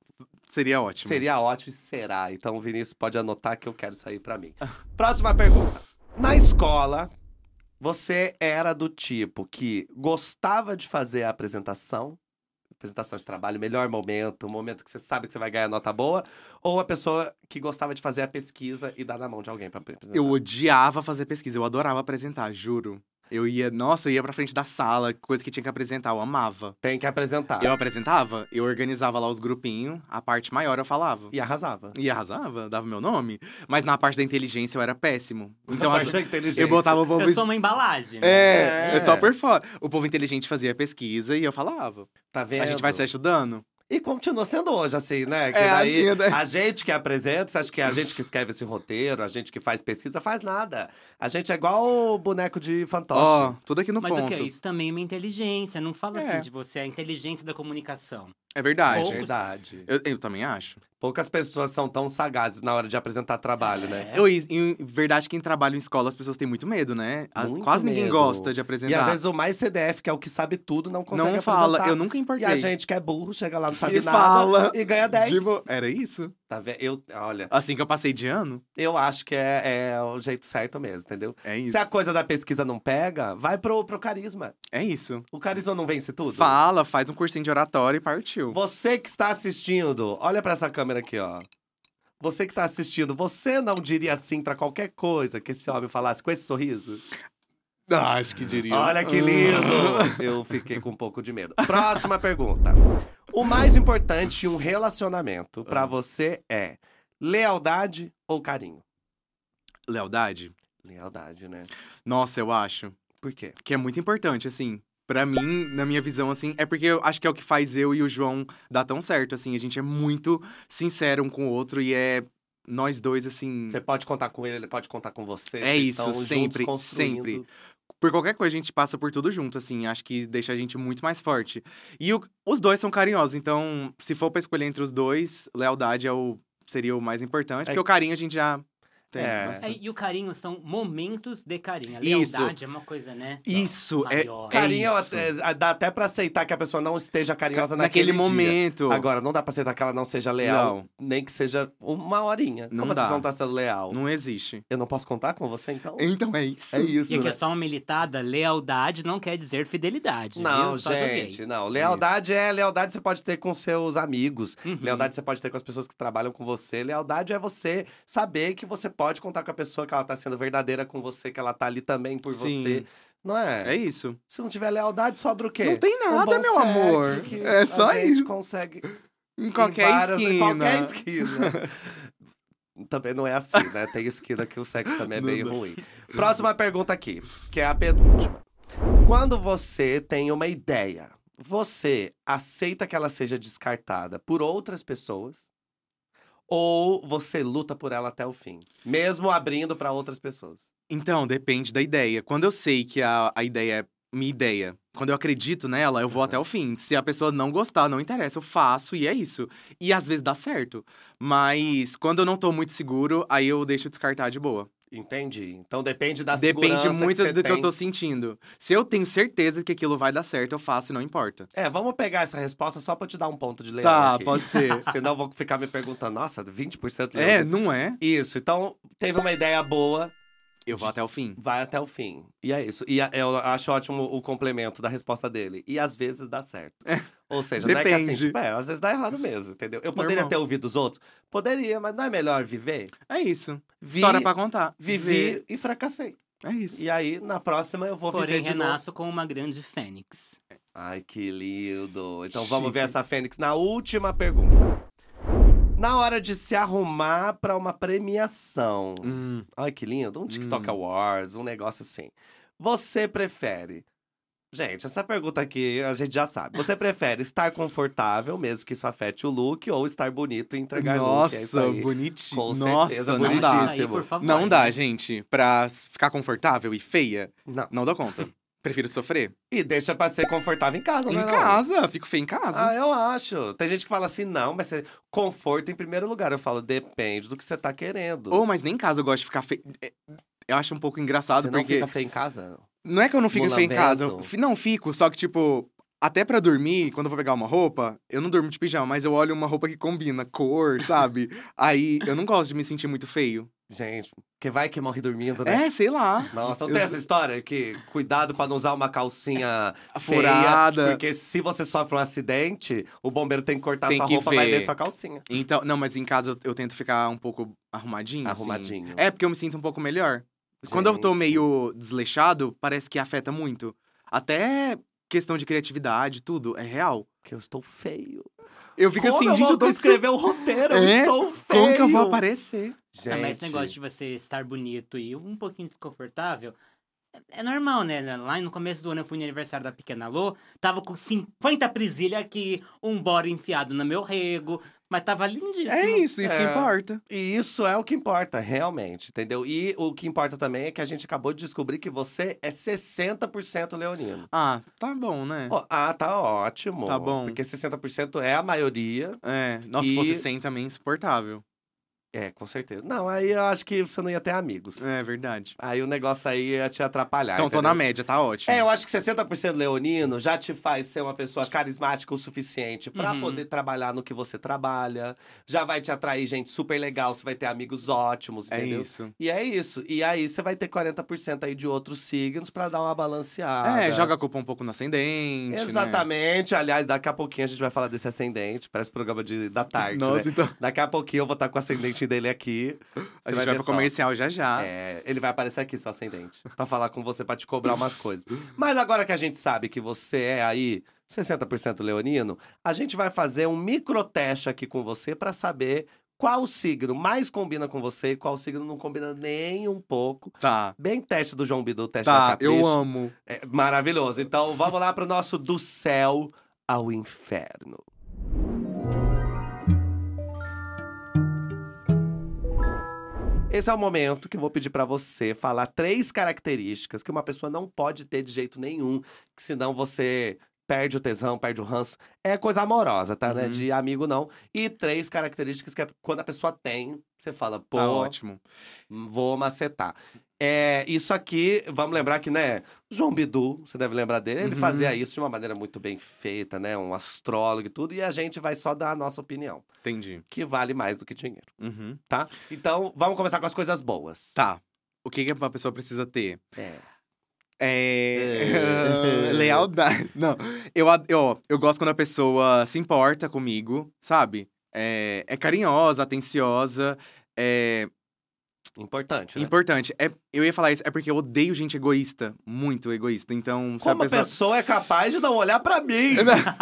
Seria ótimo.
seria ótimo e será. Então o Vinícius pode anotar que eu quero isso aí pra mim. Próxima pergunta. Na escola, você era do tipo que gostava de fazer a apresentação, apresentação de trabalho, melhor momento, o momento que você sabe que você vai ganhar nota boa, ou a pessoa que gostava de fazer a pesquisa e dar na mão de alguém pra apresentar?
Eu odiava fazer pesquisa, eu adorava apresentar, juro. Eu ia, nossa, eu ia pra frente da sala, coisa que tinha que apresentar, eu amava.
Tem que apresentar.
Eu apresentava, eu organizava lá os grupinhos, a parte maior eu falava.
E arrasava.
E arrasava, dava meu nome. Mas na parte da inteligência eu era péssimo. Então,
A
as,
parte da inteligência.
eu botava o povo.
Eu sou uma embalagem. né?
É,
É.
eu só por fora. O povo inteligente fazia pesquisa e eu falava.
Tá vendo?
A gente vai se ajudando.
E continua sendo hoje, assim, né? Que
É,
daí
assim, né?
a gente que apresenta, você acha que é a gente que escreve esse roteiro, a gente que faz pesquisa, faz nada. A gente é igual o boneco de
Ó,
fantoche.
tudo aqui no
Mas o
ponto.
que é isso também é uma inteligência. Não fala
É.
assim de você, é a inteligência da comunicação.
É verdade.
é verdade.
Eu, eu também acho.
Poucas pessoas são tão sagazes na hora de apresentar trabalho, né?
É.
Eu, e, e verdade que em trabalho em escola as pessoas têm muito medo, né? A-
Muito
Quase ninguém
medo.
gosta de
E às
apresentar.
vezes o mais CDF, que é o que sabe tudo, não consegue
não fala,
apresentar.
eu nunca
E
importei.
a gente que é burro, chega lá, não sabe
E
nada
fala.
e ganha 10.
De bo- Era isso?
Tá vendo? Eu, olha,
Assim que eu passei de ano?
eu acho que é, é o jeito certo mesmo, entendeu?
É isso.
Se a coisa da pesquisa não pega, vai pro, pro carisma.
É isso.
O carisma não vence tudo?
Fala, faz um cursinho de oratório e partiu.
Você que está assistindo, olha pra essa câmera aqui, ó. Você que tá assistindo, você não diria assim pra qualquer coisa que esse homem falasse com esse sorriso?
Ah, acho que diria.
Olha que lindo! Eu fiquei com um pouco de medo. Próxima pergunta. O mais importante em um relacionamento
Ah.
pra você é lealdade ou carinho?
Lealdade?
Lealdade, né?
Nossa, eu acho.
Por quê?
que é muito importante, assim. Pra mim, na minha visão, assim, é porque eu acho que é o que faz eu e o João dar tão certo, assim. A gente é muito sincero um com o outro e é nós dois, assim.
Você pode contar com ele, ele pode contar com você.
É
vocês
isso,
estão juntos
sempre,
construindo.
sempre. Por qualquer coisa, a gente passa por tudo junto, assim. Acho que deixa a gente muito mais forte. E o- os dois são carinhosos, então, se for pra escolher entre os dois, lealdade é o, seria o mais importante,
É-
porque o carinho a gente já Tem,
É.
É,
bastante.
e o carinho são momentos de carinho. A
Isso.
lealdade é uma coisa, né?
Isso, é,
Maior.
é
Carinho
isso.
até- dá até pra aceitar que a pessoa não esteja carinhosa naquele,
naquele
dia.
momento.
Agora, não dá pra aceitar que ela não seja leal, nem que seja uma horinha.
Não
Como
dá.
vocês não tá sendo leal?
Não existe.
Eu não posso contar com você, então?
Então é isso. É
E
isso.
aqui é só uma militada, lealdade não quer dizer
tá,
fidelidade.
Não,
viu? Só joguei.
gente, não. Lealdade é lealdade você pode ter com seus amigos.
Uhum.
Lealdade você pode ter com as pessoas que trabalham com você. Lealdade é você saber que você pode contar com a pessoa, que ela tá sendo verdadeira com você, que ela tá ali também por
Sim.
você. Não é?
É isso.
Se não tiver lealdade, sobra o quê?
Não tem
Um
nada,
bom
meu
sexo
amor.
que
É só
a gente
isso.
consegue
Em
em
qualquer
várias-
esquina.
Em qualquer esquina. também não é assim, né? Tem esquina que o sexo também é
Não
meio
dá.
ruim. Próxima pergunta aqui, que é a penúltima. Quando você tem uma ideia, você aceita que ela seja descartada por outras pessoas? Ou você luta por ela até o fim, mesmo abrindo pra outras pessoas?
Então, depende da ideia. Quando eu sei que a, a ideia é minha ideia, quando eu acredito nela, eu vou até o fim. Se a pessoa não gostar, não interessa, eu faço e é isso. E às vezes dá certo. Mas quando eu não tô muito seguro, aí eu deixo descartar de boa.
Entendi. Então depende da segurança
Depende muito
que você
do que eu
tem.
tô sentindo. Se eu tenho certeza que aquilo vai dar certo, eu faço e não importa.
É, vamos pegar essa resposta só pra eu te dar um ponto de leão
tá,
aqui.
pode ser.
Senão eu vou ficar me perguntando, nossa, 20% leão.
é, não é?
Isso, então teve uma ideia boa,
Eu vou até o fim.
vai até o fim. E é isso. E a- eu acho ótimo o complemento da resposta dele. E às vezes dá certo. Ou seja, não é que assim,
Depende.
tipo, é, às vezes dá errado mesmo, entendeu? Eu poderia
Normal.
ter ouvido os outros? Poderia, mas não é melhor viver?
É isso.
Vi,
História pra contar.
vivi e fracassei.
É isso.
E aí, na próxima, eu
é
vou
Porém,
viver de novo.
renasço com uma grande fênix.
Ai, que lindo. Então vamos ver
Chique.
essa Fênix na última pergunta. Na hora de se arrumar pra uma premiação.
Hum,
Ai, que lindo. Um TikTok
Hum.
Awards, um negócio assim. Você prefere. Gente, essa pergunta aqui a gente já sabe. Você prefere estar confortável, mesmo que isso afete o look, ou estar bonito e entregar look? É isso
nossa,
aí.
bonitinho.
Com certeza,
Nossa, não
Não
dá.
diz aí, por favor.
Não dá,
né?
gente. Pra s- ficar confortável e feia,
Não.
não dou conta. Prefiro sofrer.
E deixa pra ser confortável em casa,
Em
né? não?
casa, fico feia em casa.
Ah, eu acho. Tem gente que fala assim, não, mas você- conforto em primeiro lugar. Eu falo, depende do que você tá querendo.
Ou, mas nem em casa eu gosto de ficar feia. É, Eu acho um pouco engraçado,
você não
porque.
fica feio em casa?
Não é que eu não fico feia em casa. eu
Mulambento.
fi- Não fico, só que, tipo, até pra dormir, quando eu vou pegar uma roupa, eu não durmo de pijama, mas eu olho uma roupa que combina, cor, sabe? Aí eu não gosto de me sentir muito feio.
Gente, que vai que morre dormindo, né?
É, sei lá.
Nossa, não
Eu-
tem essa história que cuidado pra não usar uma calcinha feia,
Furada.
porque se você sofre um acidente, o bombeiro tem que cortar
Tem
sua
que
roupa, vai
ver.
ver sua calcinha.
Então, não, mas em casa eu, eu tento ficar um pouco arrumadinho. assim.
Arrumadinho.
É, porque eu me sinto um pouco melhor. Quando eu tô
Gente.
meio desleixado, parece que afeta muito. Até questão de criatividade, tudo, é real.
Que eu estou feio.
Eu fico
Como
assim,
eu
gente,
vou
eu tô escrevendo.
escrever o roteiro, eu
É?
estou feio.
Como que eu vou É aparecer?
Gente,
Ah, mas esse negócio de você estar bonito e um pouquinho desconfortável. é- É normal, né? Lá no começo do ano eu fui no aniversário da pequena Lô, tava com 50 presilhas aqui, um bora enfiado no meu rego, mas tava lindíssimo.
É isso, isso
É.
que importa.
E isso é o que importa, realmente, entendeu? E o que importa também é que a gente acabou de descobrir que você é 60% leonino.
Ah, tá bom, né?
Ó, ah, tá ótimo.
Tá bom.
Porque 60% é a maioria.
É, nossa,
E-
se fosse 100 também é insuportável.
É, com certeza. Não, aí eu acho que você não ia ter amigos.
É verdade.
Aí o negócio aí ia te atrapalhar.
Então tô
entendeu?
na média, tá ótimo.
É, eu acho que 60% leonino já te faz ser uma pessoa carismática o suficiente pra
Uhum.
poder trabalhar no que você trabalha. Já vai te atrair gente super legal, você vai ter amigos ótimos,
É
entendeu?
isso.
E é isso. E aí você vai ter 40% aí de outros signos pra dar uma balanceada.
É, joga a culpa um pouco no ascendente. né?
Exatamente. Aliás, daqui a pouquinho a gente vai falar desse ascendente. Parece programa de, da tarde, né?
Nossa, então.
Daqui a pouquinho eu vou estar com o ascendente dele aqui.
A
Você
gente vai,
ver
pro
só.
comercial já já.
É, ele vai aparecer aqui, seu ascendente, pra falar com você, pra te cobrar umas coisas. Mas agora que a gente sabe que você é aí 60% leonino, a gente vai fazer um micro teste aqui com você pra saber qual signo mais combina com você e qual signo não combina nem um pouco.
Tá.
Bem teste do João Bidu, teste da
Tá,
Capricho.
eu amo.
É maravilhoso. Então vamos lá pro nosso do céu ao inferno. Esse é o momento que eu vou pedir pra você falar três características que uma pessoa não pode ter de jeito nenhum, que senão você perde o tesão, perde o ranço. É coisa amorosa, tá? Né?
Uhum.
De amigo, não. E três características que é- quando a pessoa tem, você fala, pô,
Tá ótimo.
vou macetar. É, isso aqui, vamos lembrar que, né, João Bidu, você deve lembrar dele, ele
Uhum.
fazia isso de uma maneira muito bem feita, né? Um astrólogo e tudo, e a gente vai só dar a nossa opinião,
Entendi.
que vale mais do que dinheiro.
Uhum.
Então, vamos começar com as coisas boas.
Tá. O que, que uma pessoa precisa ter?
É.
É. Lealdade. Não. Eu, ad- eu, eu gosto quando a pessoa se importa comigo, sabe? É, é carinhosa, atenciosa. É
Importante, né?
importante. É, eu ia falar isso, é porque eu odeio gente egoísta. Muito egoísta. Então, se a
Como a
pessoa-
pessoa é capaz de não olhar pra mim?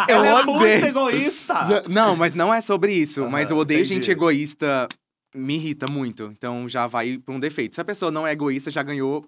Eu
Ela é
odeio.
muito egoísta!
Não, mas não é sobre isso.
Aham,
mas eu odeio
entendi.
gente egoísta. Me irrita muito. Então já vai pra um defeito. Se a pessoa não é egoísta, já ganhou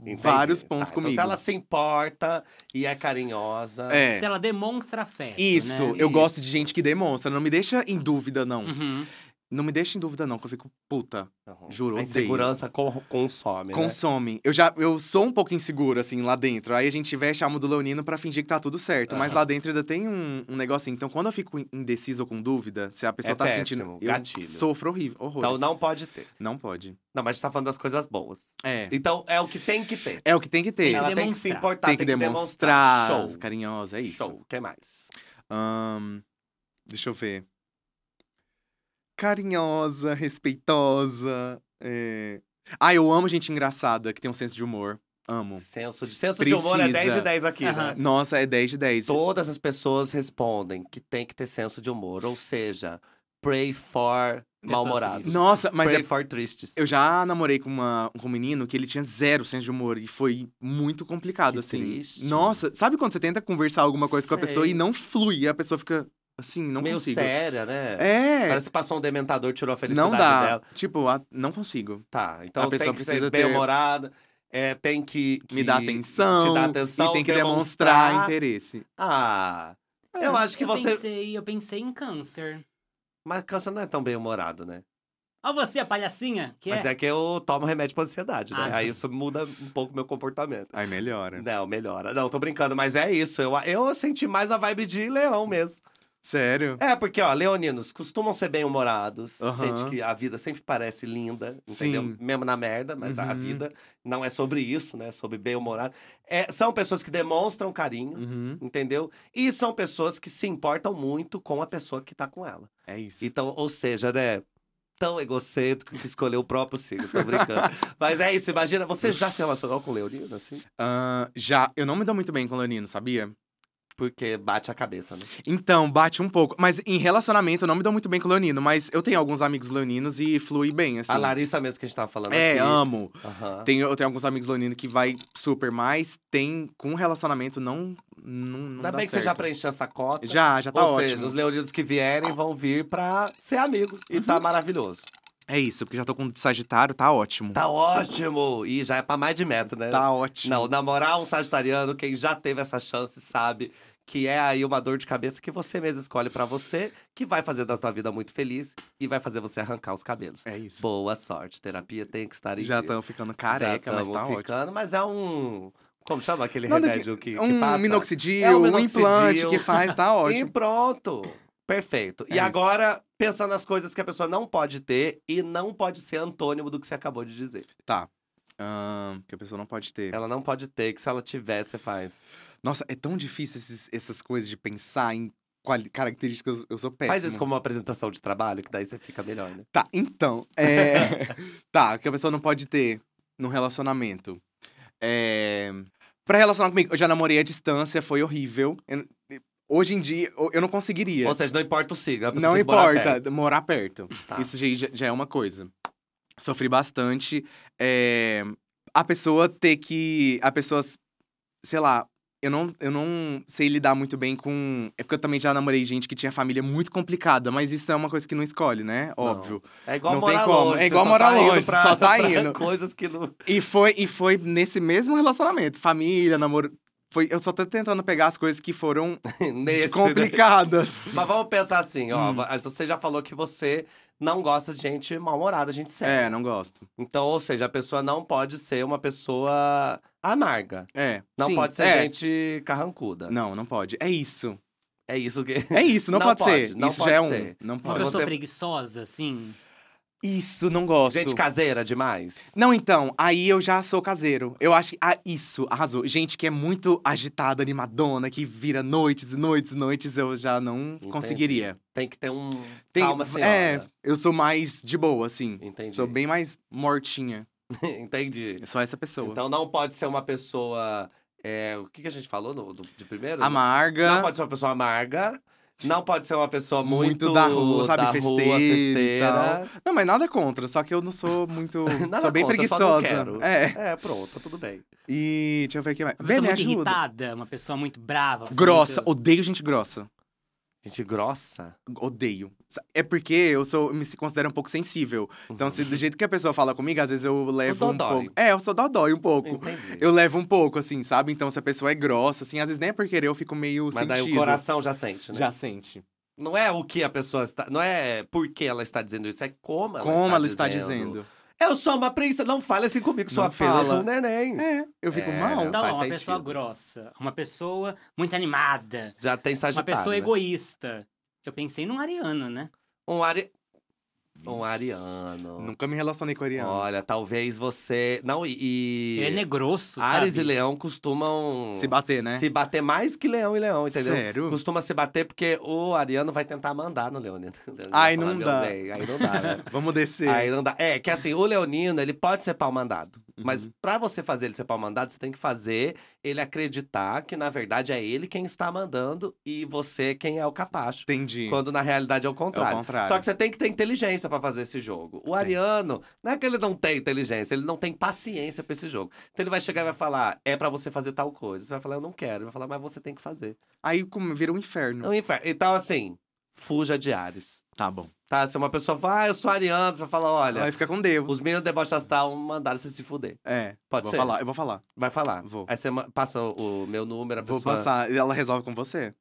Entendi.
vários
Tá,
pontos
então
comigo.
se ela se importa e é carinhosa...
É.
Se ela demonstra afeto,
Isso,
né?
eu gosto de gente que demonstra. Não me deixa em dúvida, não.
Hum.
Uhum.
Não me deixa em dúvida, não, que eu fico puta.
Uhum.
Juro,
A
odeio.
insegurança co- consome, né?
Consome. Eu já eu sou um pouco inseguro, assim, lá dentro. Aí a gente veste a alma do Leonino pra fingir que tá tudo certo. Mas
Aham.
lá dentro ainda tem um, um negocinho. Então, quando eu fico in- indeciso ou com dúvida, se a pessoa
É
tá
péssimo,
sentindo.
gatilho.
Eu sofro horrível. Horrores.
Então não pode ter.
Não pode.
Não, mas a gente tá falando das coisas boas.
É.
Então é o que tem que ter.
É o que tem que ter.
que
ela tá, tem que
demonstrar.
se importar,
tem que demonstrar. Carinhosa, é
Show.
isso.
Show. O que mais?
Ahn, deixa eu ver. Carinhosa, respeitosa. é. Ah, eu amo gente engraçada, que tem um senso de humor. Amo.
Senso de, senso de humor é
Hum. Precisa.
10 de 10 aqui,
Aham.
né?
Nossa, é 10 de 10.
Todas as pessoas respondem que tem que ter senso de humor. Ou seja, pray for mal-humorados.
felizes.
Nossa, mas
pray
é-
for tristes.
eu já namorei com, uma, com um menino que ele tinha zero senso de humor. E foi muito complicado,
Que
assim.
triste.
Nossa, sabe quando você tenta conversar alguma coisa com a pessoa
Sei.
e não flui? E a pessoa fica assim, não
Meio
consigo.
séria, né?
É,
Parece que passou um dementador, tirou a felicidade
não dá.
dela.
Tipo, a- não consigo.
Tá, então
A
tem
pessoa
que ser
precisa ter-
bem-humorada. é, tem que, que
Me dá atenção.
Te dá atenção. é
E tem que demonstrar interesse.
Ah, eu acho que
É, eu
você.
Pensei, eu pensei em câncer.
Mas câncer não é tão bem-humorado, né?
Ó você, a palhacinha, que
Mas
é...
é que eu tomo remédio pra ansiedade, né?
Ah,
Aí
sim. É.
isso muda um pouco meu comportamento.
Aí melhora.
Não, melhora. Não, tô brincando, mas é isso. Eu, eu senti mais a vibe de leão mesmo.
Sério?
É, porque, ó, leoninos costumam ser bem-humorados.
Aham.
Gente que a vida sempre parece linda, entendeu?
Sim.
Mesmo na merda, mas a
Uhum.
vida não é sobre isso, né? É sobre bem-humorado. É, são pessoas que demonstram carinho,
Hum.
Uhum.
entendeu? E são pessoas que se importam muito com a pessoa que tá com ela.
É isso.
Então, ou seja, né? Tão egocêntrico que escolheu o próprio signo, tô brincando. Mas é isso, imagina, você já se relacionou com Leonino, assim?
Ah, já, eu não me dou muito bem com o Leonino, sabia?
Porque bate a cabeça, né?
Então, bate um pouco. Mas em relacionamento, eu não me dou muito bem com o Leonino. Mas eu tenho alguns amigos leoninos e flui bem, assim.
A Larissa mesmo que a gente tava falando
É,
aqui.
amo.
Aham.
Tenho, eu tenho alguns amigos leoninos que vai super, mas tem, com relacionamento, não, não, não
Ainda
dá
bem que você já
certo.
preencheu essa cota.
Já, já tá
Ou
ótimo.
seja, os leoninos que vierem vão vir pra ser amigo. E tá maravilhoso.
É isso, porque já tô com Sagitário, tá ótimo.
Tá ótimo! E já é pra mais de meta, né?
Tá ótimo.
Não, namorar um sagitariano, quem já teve essa chance sabe que é aí uma dor de cabeça que você mesmo escolhe pra você, que vai fazer da sua vida muito feliz e vai fazer você arrancar os cabelos.
É isso.
Boa sorte, terapia tem que estar em
já
dia.
estão ficando careca,
Já
mas
tamo
tá ótimo.
ficando, mas é um... Como chama aquele
Nada que-
remédio que, que
um
passa?
minoxidil,
É um
um,
minoxidil.
implante que faz, tá
E
ótimo.
pronto! Perfeito.
É
e
isso.
agora, pensando nas coisas que a pessoa não pode ter e não pode ser antônimo do que você acabou de dizer.
Tá. Ahn, Ah, que a pessoa não pode ter.
Ela não pode ter, que se ela tiver, você faz.
Nossa, é tão difícil esses- essas coisas de pensar em quali- características. Eu sou péssimo.
Faz isso como uma apresentação de trabalho, que daí você fica melhor, né?
Tá, então. É... tá, que a pessoa não pode ter num relacionamento. É... Pra relacionar comigo, eu já namorei à distância, foi horrível. Eu- Hoje em dia, eu- eu não conseguiria.
Ou seja, não importa o signo. a pessoa
é. Não
tem que morar
importa,
perto.
morar perto.
Tá.
Isso já, já é uma coisa. Sofri bastante. é, A pessoa ter que. A pessoa. Sei lá. Eu não, eu não sei lidar muito bem com. É porque eu também já namorei gente que tinha família muito complicada, mas isso é uma coisa que não escolhe, né?
Não.
Óbvio.
É igual
Não tem
morar
como,
longe.
é igual
você
morar
só tá indo
longe,
pra,
só tá
pra
indo.
coisas que não...
E, foi, e foi nesse mesmo relacionamento. Família, namoro. Foi, eu só tô tentando pegar as coisas que foram
Nesse, né?
complicadas.
Mas vamos pensar assim, ó.
Hum.
va- Você já falou que você não gosta de gente mal-humorada, gente séria.
É, não gosto.
Então, ou seja, a pessoa não pode ser uma pessoa amarga.
É.
Não
sim,
pode ser
é.
gente carrancuda.
Não, não pode. É isso.
É isso que.
É isso, não,
Não
pode,
pode,
ser.
não
isso
pode
já é um.
ser.
Não
Uma
Se
pode.
pessoa
você-
preguiçosa, assim.
Isso, não gosto.
Gente caseira demais.
Não, então, aí eu já sou caseiro. Eu acho que. Ah, isso, arrasou. Gente que é muito agitada, animadona, que vira noites, noites, noites, eu já não
Entendi.
conseguiria.
Tem que ter um.
Tem-
Calma, senhora.
É, eu sou mais de boa, assim.
Entendi.
Sou bem mais mortinha.
Entendi.
Eu sou essa pessoa.
Então não pode ser uma pessoa. é, o que, que a gente falou no, do- de primeiro?
Amarga.
Não pode ser uma pessoa amarga. Não pode ser uma pessoa muito,
Muito da rua, sabe?
da rua,
Festeira e
festeira.
Não, mas nada contra, só que eu não sou muito.
Nada
sou bem
contra, só
preguiçosa.
não quero.
É.
É, pronto, tá tudo bem.
E deixa eu ver o que mais.
Uma pessoa
Bem, me
muito
ajuda.
irritada, uma pessoa muito brava. uma pessoa
Grossa,
muito-
odeio gente grossa.
Gente grossa.
Odeio. É porque eu sou, me se considero um pouco sensível.
Uhum.
Então, se do jeito que a pessoa fala comigo, às vezes eu levo um
dodói.
pouco. É, eu sou dodói um pouco.
Entendi.
Eu levo um pouco, assim, sabe? Então, se a pessoa é grossa, assim, às vezes nem é por querer, eu fico meio
Mas
sentido.
daí o coração já sente, né?
já sente.
Não é o que a pessoa está. Não é por que ela está dizendo isso, é como ela
Como
está
ela está
dizendo.
dizendo.
Eu sou uma princesa. Não fale assim comigo, sou
Não
apenas
fala.
um neném.
É, eu fico
É,
mal.
Então,
faz
uma pessoa
sentido.
grossa, uma pessoa muito animada,
Já tem
uma
sagitário.
pessoa
né?
egoísta. Eu pensei num ariano, né?
Um, ari... um ariano.
Nunca me relacionei com arianos.
Olha, talvez você. Não, e. e-
Ele é negrosso,
Ares
sabe?
e Leão costumam
se bater, né?
se bater mais que Leão e Leão, entendeu?
Sério?
Costuma se bater porque o Ariano vai tentar mandar no Leonino.
Aí
Vai falar,
não
"Meu
dá."
bem, Aí não dá, né?
Vamos descer.
Aí não dá. É, que assim, o Leonino, ele pode ser pau mandado.
Uhum.
Mas pra você fazer ele ser pau mandado, você tem que fazer ele acreditar que, na verdade, é ele quem está mandando e você quem é o capacho.
Entendi.
Quando na realidade é o contrário.
contrário.
Só que você tem que ter inteligência pra fazer esse jogo. O Ariano, não é que ele não tem inteligência, ele não tem paciência pra esse jogo. Então ele vai chegar e vai falar: é pra você fazer tal coisa. Você vai falar: eu não quero. Ele vai falar: mas você tem que fazer.
Aí como, vira um
É
inferno.
um inferno. Então, assim, fuja de Ares.
Tá bom.
Tá? Se uma pessoa fala, ah, eu sou Ariano, você vai falar: olha,
Aí fica com Deus.
os meninos do deboche astral mandaram você se fuder.
É.
Pode
vou
ser?
falar, eu vou falar.
Vai falar.
Vou.
Aí você ma- passa o meu número, a
Vou
pessoa.
passar. Ela resolve com você.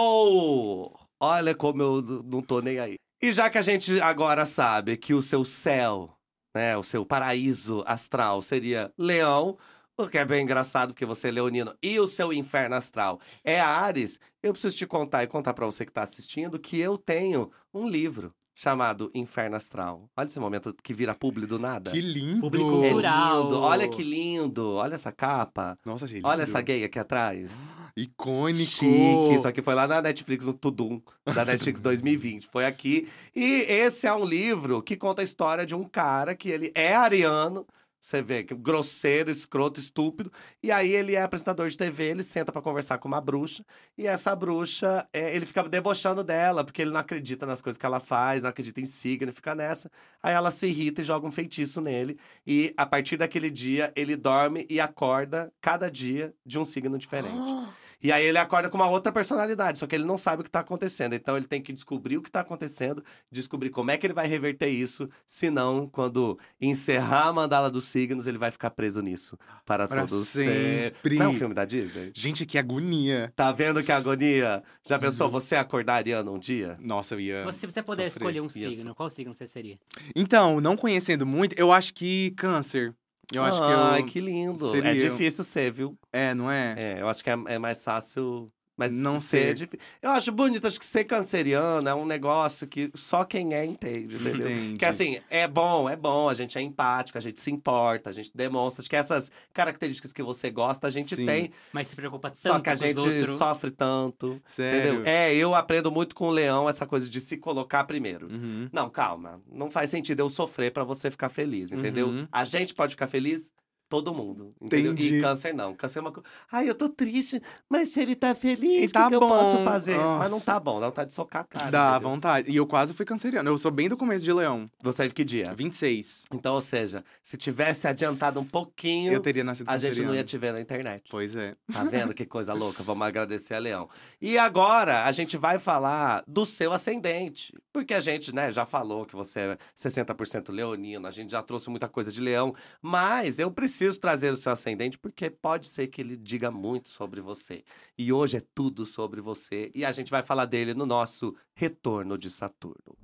Show! Olha como eu n- não tô nem aí. E já que a gente agora sabe que o seu céu, né, o seu paraíso astral seria leão, o que é bem engraçado porque você é leonino, e o seu inferno astral é Ares, eu preciso te contar e contar pra você que tá assistindo que eu tenho um livro chamado Inferno Astral. Olha esse momento que vira publi do nada.
Que lindo.
Público
É
cultural.
lindo, olha que lindo, olha essa capa,
Nossa, gente.
olha
lindo.
essa gay aqui atrás.
Icônico.
Chique, isso aqui foi lá na Netflix, no Tudum, da Netflix 2020. Foi aqui. E esse é um livro que conta a história de um cara que ele é ariano. Você vê que grosseiro, escroto, estúpido. E aí ele é apresentador de TV, ele senta pra conversar com uma bruxa. E essa bruxa, é, ele fica debochando dela, porque ele não acredita nas coisas que ela faz, não acredita em signo, fica nessa. Aí ela se irrita e joga um feitiço nele. E a partir daquele dia, ele dorme e acorda cada dia de um signo diferente. E aí ele acorda com uma outra personalidade, só que ele não sabe o que tá acontecendo. Então ele tem que descobrir o que tá acontecendo, descobrir como é que ele vai reverter isso, senão quando encerrar a mandala dos signos, ele vai ficar preso nisso para
Pra
todo
sempre.
Não é um filme da Disney?
Gente, que agonia.
Tá vendo que agonia? Já
Uhum.
pensou você acordar ariano um dia?
Nossa, eu ia.
Se você puder
Sofrer.
escolher um
Ia
signo, qual signo você seria?
Então, não conhecendo muito, eu acho que câncer. Eu acho que eu.
Ai, que lindo.
seria
É
eu.
difícil ser, viu?
É, não é?
É, eu acho que é, é mais fácil. Mas
Não
ser. é
ser.
difí- Eu acho bonito, acho que ser canceriano é um negócio que só quem é entende, entendeu?
Entendi.
Que assim, é bom, é bom, a gente é empático, a gente se importa, a gente demonstra. Acho que essas características que você gosta, a gente
Sim.
tem,
Mas se preocupa tanto
só que a
com os
gente
outros.
sofre tanto.
Sério.
Entendeu? É, eu aprendo muito com o leão essa coisa de se colocar primeiro.
Uhum.
Não, calma, não faz sentido eu sofrer pra você ficar feliz, entendeu?
Uhum.
A gente pode ficar feliz. Todo mundo, entendeu? E
Entendi.
câncer não. Câncer é uma coisa. Ai, eu tô triste, mas se ele tá
E
feliz, o
tá
que, eu posso
bom,
fazer? Mas não
nossa.
tá bom, dá vontade de socar a cara.
Dá
entendeu?
vontade. E eu quase fui canceriano. Eu sou bem do começo de leão.
Você é de que dia?
26.
Então, ou seja, se tivesse adiantado um pouquinho,
Eu teria nascido
a gente
canceriano.
não ia te ver na internet.
Pois é.
Tá vendo que coisa louca? Vamos agradecer a Leão. E agora a gente vai falar do seu ascendente. Porque a gente, né, já falou que você é 60% leonino, a gente já trouxe muita coisa de leão, mas eu preciso trazer o seu ascendente porque pode ser que ele diga muito sobre você. E hoje é tudo sobre você e a gente vai falar dele no nosso Retorno de Saturno.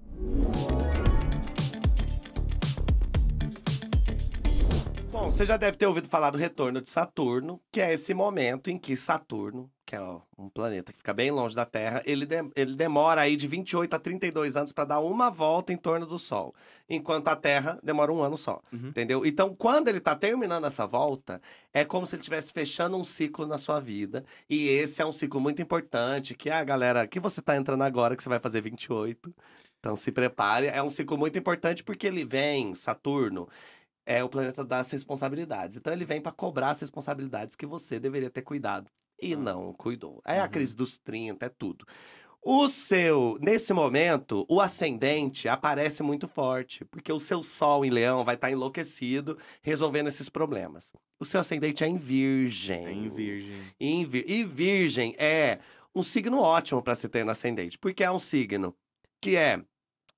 Bom, você já deve ter ouvido falar do retorno de Saturno, que é esse momento em que Saturno, que é um planeta que fica bem longe da Terra, ele, de- ele demora aí de 28 a 32 anos para dar uma volta em torno do Sol, enquanto a Terra demora um ano só,
Uhum.
entendeu? Então, quando ele tá terminando essa volta, é como se ele estivesse fechando um ciclo na sua vida, e esse é um ciclo muito importante, que é a galera que você tá entrando agora, que você vai fazer 28, então se prepare, é um ciclo muito importante porque ele vem, Saturno, é o planeta das responsabilidades. Então ele vem para cobrar as responsabilidades que você deveria ter cuidado e não cuidou. É a
Uhum.
crise dos 30, é tudo. O seu, nesse momento, o ascendente aparece muito forte, porque o seu sol em leão vai estar enlouquecido resolvendo esses problemas. O seu ascendente é em virgem.
É Em virgem.
Em vir- E Virgem é um signo ótimo para se ter no ascendente, porque é um signo que é,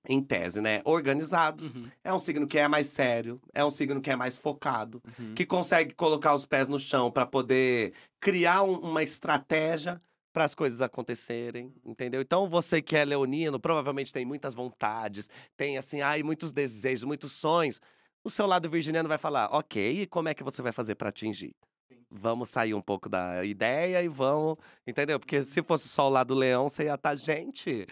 em tese, né, organizado.
Uhum.
É um signo que é mais sério, é um signo que é mais focado,
Uhum.
que consegue colocar os pés no chão para poder criar um- uma estratégia para as coisas acontecerem, entendeu? Então você que é leonino provavelmente tem muitas vontades, tem assim, ai, muitos desejos, muitos sonhos. O seu lado virginiano vai falar, ok, e como é que você vai fazer para atingir? Vamos sair um pouco da ideia e vamos, entendeu? Porque se fosse só o lado leão, você ia estar, gente.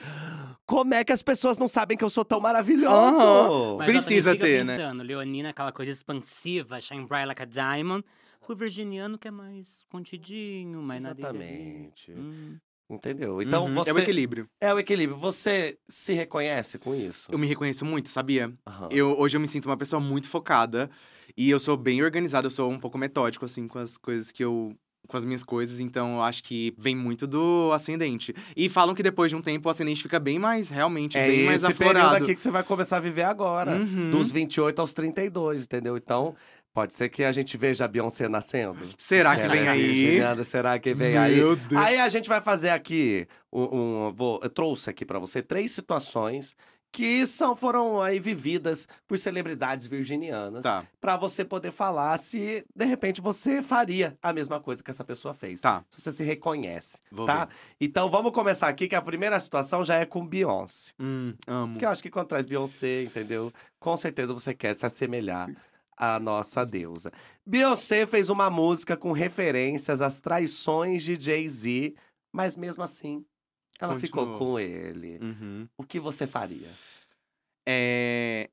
Como é que as pessoas não sabem que eu sou tão maravilhoso?
Aham.
Mas ela
Precisa
também
ter,
fica
né?
pensando, Leonina, aquela coisa expansiva, shine bright like a diamond. O virginiano que é mais contidinho, mais na dele ali.
Exatamente.
Hum.
Entendeu? Então
Uhum.
você.
É o equilíbrio.
É o equilíbrio. Você se reconhece com isso?
Eu me reconheço muito, sabia?
Aham.
Eu, hoje eu me sinto uma pessoa muito focada. E eu sou bem organizado, eu sou um pouco metódico, assim, com as coisas que eu. com as minhas coisas. Então eu acho que vem muito do ascendente. E falam que depois de um tempo o ascendente fica bem mais, realmente,
É
bem mais
esse período
aflorado.
aqui que você vai começar a viver agora.
Uhum.
Dos 28 aos 32, entendeu? Então, pode ser que a gente veja a Beyoncé nascendo.
Será que
Ela
vem
é
aí?
virginiana, Será que vem aí?
Meu Deus.
Aí a gente vai fazer aqui um, um- vou- eu trouxe aqui pra você três situações que são foram aí vividas por celebridades virginianas Pra
Tá,
você poder falar se de repente você faria a mesma coisa que essa pessoa fez.
tá.
Se Então você se reconhece,
Vou
tá?
ver.
Então vamos começar aqui que a primeira situação já é com Beyoncé.
Hum, amo.
Porque eu acho que quando traz Beyoncé, entendeu? Com certeza você quer se assemelhar à nossa deusa. Beyoncé fez uma música com referências às traições de Jay-Z, mas mesmo assim, ela ficou
Continuou.
com ele.
Uhum.
O que você faria?
É.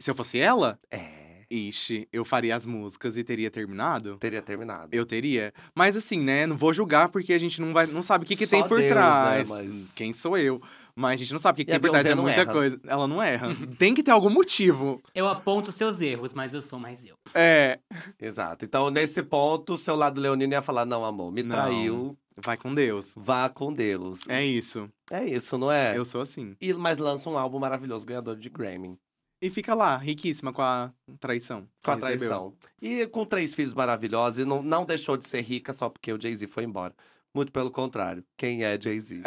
Se eu fosse ela,
É,
ixi, eu faria as músicas e teria terminado.
teria terminado.
Eu teria. Mas assim, né? Não vou julgar porque a gente não, vai, não sabe o que, que
Só
tem por
Deus, né,
trás.
mas-
Quem sou eu? Mas a gente não sabe o que, que
E a
tem por trás. É
Beyoncé não
muita
erra.
coisa. Ela não erra. tem que ter algum motivo.
Eu aponto seus erros, mas eu sou mais eu.
É.
Exato. Então, nesse ponto, seu lado leonino ia falar: não, amor, me
Não.
traiu,
Vai com Deus.
vá com Deus.
É isso.
É isso, não é?
Eu sou assim.
E, mas lança um álbum maravilhoso, ganhador de Grammy.
E fica lá, riquíssima com a traição.
Com a
que recebeu.
traição. E com três filhos maravilhosos. E não, não deixou de ser rica só porque o Jay-Z foi embora. Muito pelo contrário. Quem é Jay-Z?